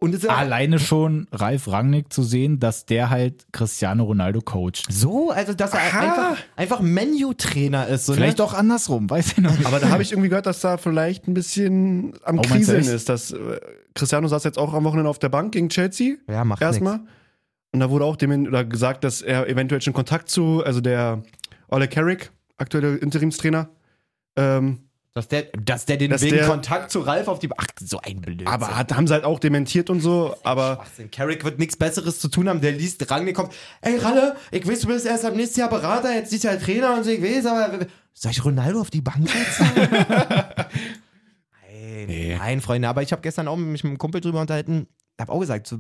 Und es ist ja Alleine schon Ralf Rangnick zu sehen, dass der halt Cristiano Ronaldo coacht. so, also dass er Aha. einfach, einfach Menu-Trainer ist. So, Vielleicht ne? auch andersrum, weiß ich noch nicht. Aber da habe ich irgendwie gehört, dass da vielleicht ein bisschen am Oh, meinst du Kriseln echt? ist. Dass, äh, Cristiano saß jetzt auch am Wochenende auf der Bank gegen Chelsea. Ja, macht erstmal. Und da wurde auch dem oder gesagt, dass er eventuell schon Kontakt zu, also der Ole Carrick, aktuelle Interimstrainer, ähm, Dass der, dass der den Dass wegen der- Kontakt zu Ralf auf die. Ach, so ein Blödsinn. aber hat, haben sie halt auch dementiert und so, aber Schwachsinn. Carrick wird nichts Besseres zu tun haben. Der liest Rangnick kommt. Ey, Ralle, ich weiß, du bist erst am nächsten Jahr Berater, jetzt dieses Jahr Trainer und so, ich weiß, aber. Soll ich Ronaldo auf die Bank setzen? Nein. Nee. Nein, Freunde, aber ich habe gestern auch mich mit einem Kumpel drüber unterhalten. habe auch gesagt, so,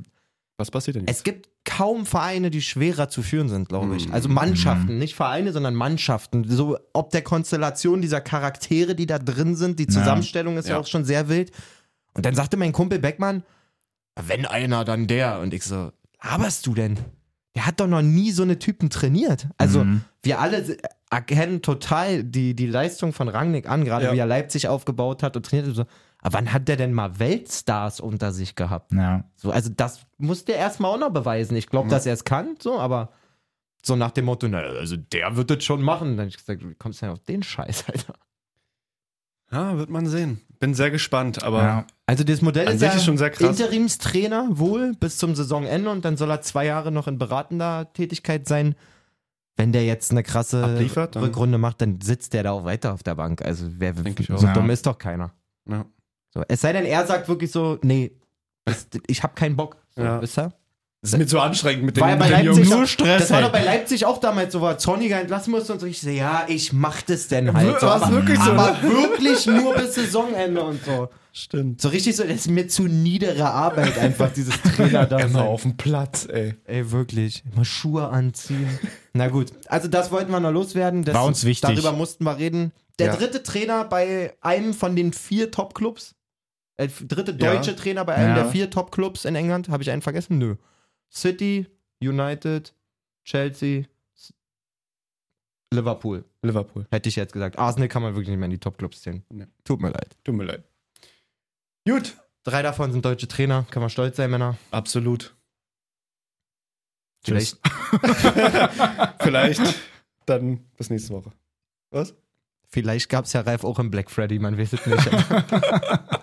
Was passiert denn jetzt? es gibt kaum Vereine, die schwerer zu führen sind, glaube ich. Also Mhm. Mannschaften, nicht Vereine, sondern Mannschaften. So ob der Konstellation dieser Charaktere, die da drin sind, die Zusammenstellung ist ja, Ja. auch schon sehr wild. Und dann sagte mein Kumpel Beckmann, wenn einer, dann der. Und ich so, laberst du denn? Der hat doch noch nie so eine Typen trainiert. Also Mhm. Mhm. wir alle se- erkennen total die, die Leistung von Rangnick an, gerade Ja. wie er Leipzig aufgebaut hat und trainiert. Und so. Aber wann hat der denn mal Weltstars unter sich gehabt? Ja. So, also das muss der erstmal auch noch beweisen. Ich glaube, dass er es kann, so, aber so nach dem Motto, na, also der wird das schon machen. Dann hab ich gesagt, wie kommst du denn auf den Scheiß, Alter? Ja, wird man sehen. Bin sehr gespannt, aber ja. Also das Modell An ist sich ja ist schon sehr krass. Interimstrainer wohl bis zum Saisonende und dann soll er zwei Jahre noch in beratender Tätigkeit sein. Wenn der jetzt eine krasse Abliefert, dann- Rückrunde macht, dann sitzt der da auch weiter auf der Bank. Also wer Denke ich so auch. Ja. dumm ist doch keiner. Ja. So, es sei denn, er sagt wirklich so, nee, das, ich habe keinen Bock. So, Ja. wisst ihr? ist mir zu anstrengend mit den, War ja bei mit den Leipzig Jungs. auch- Stress. Das war doch bei Leipzig auch damals so, wo er Zorniger entlassen musste und so. Ich so, ja, ich mach das denn halt. So, War's aber wirklich so, ne? aber wirklich nur bis Saisonende und so. Stimmt. So richtig so, das ist mir zu niedere Arbeit einfach, dieses Trainer da. Immer auf dem Platz, ey. Ey, wirklich. Immer Schuhe anziehen. Na gut, also das wollten wir noch loswerden. Das, War uns wichtig. Darüber mussten wir reden. Der Ja. dritte Trainer bei einem von den vier Top-Clubs. Äh, dritte Ja. deutsche Trainer bei einem Ja. der vier Top-Clubs in England. Habe ich einen vergessen? Nö. City, United, Chelsea, S- Liverpool. Liverpool. Hätte ich jetzt gesagt. Arsenal kann man wirklich nicht mehr in die Top-Clubs zählen. Nee. Tut mir leid. Tut mir leid. Gut. Drei davon sind deutsche Trainer. Kann man stolz sein, Männer. Absolut. Vielleicht. Vielleicht dann bis nächste Woche. Was? Vielleicht gab es ja Ralf auch im Black Freddy, man weiß es nicht.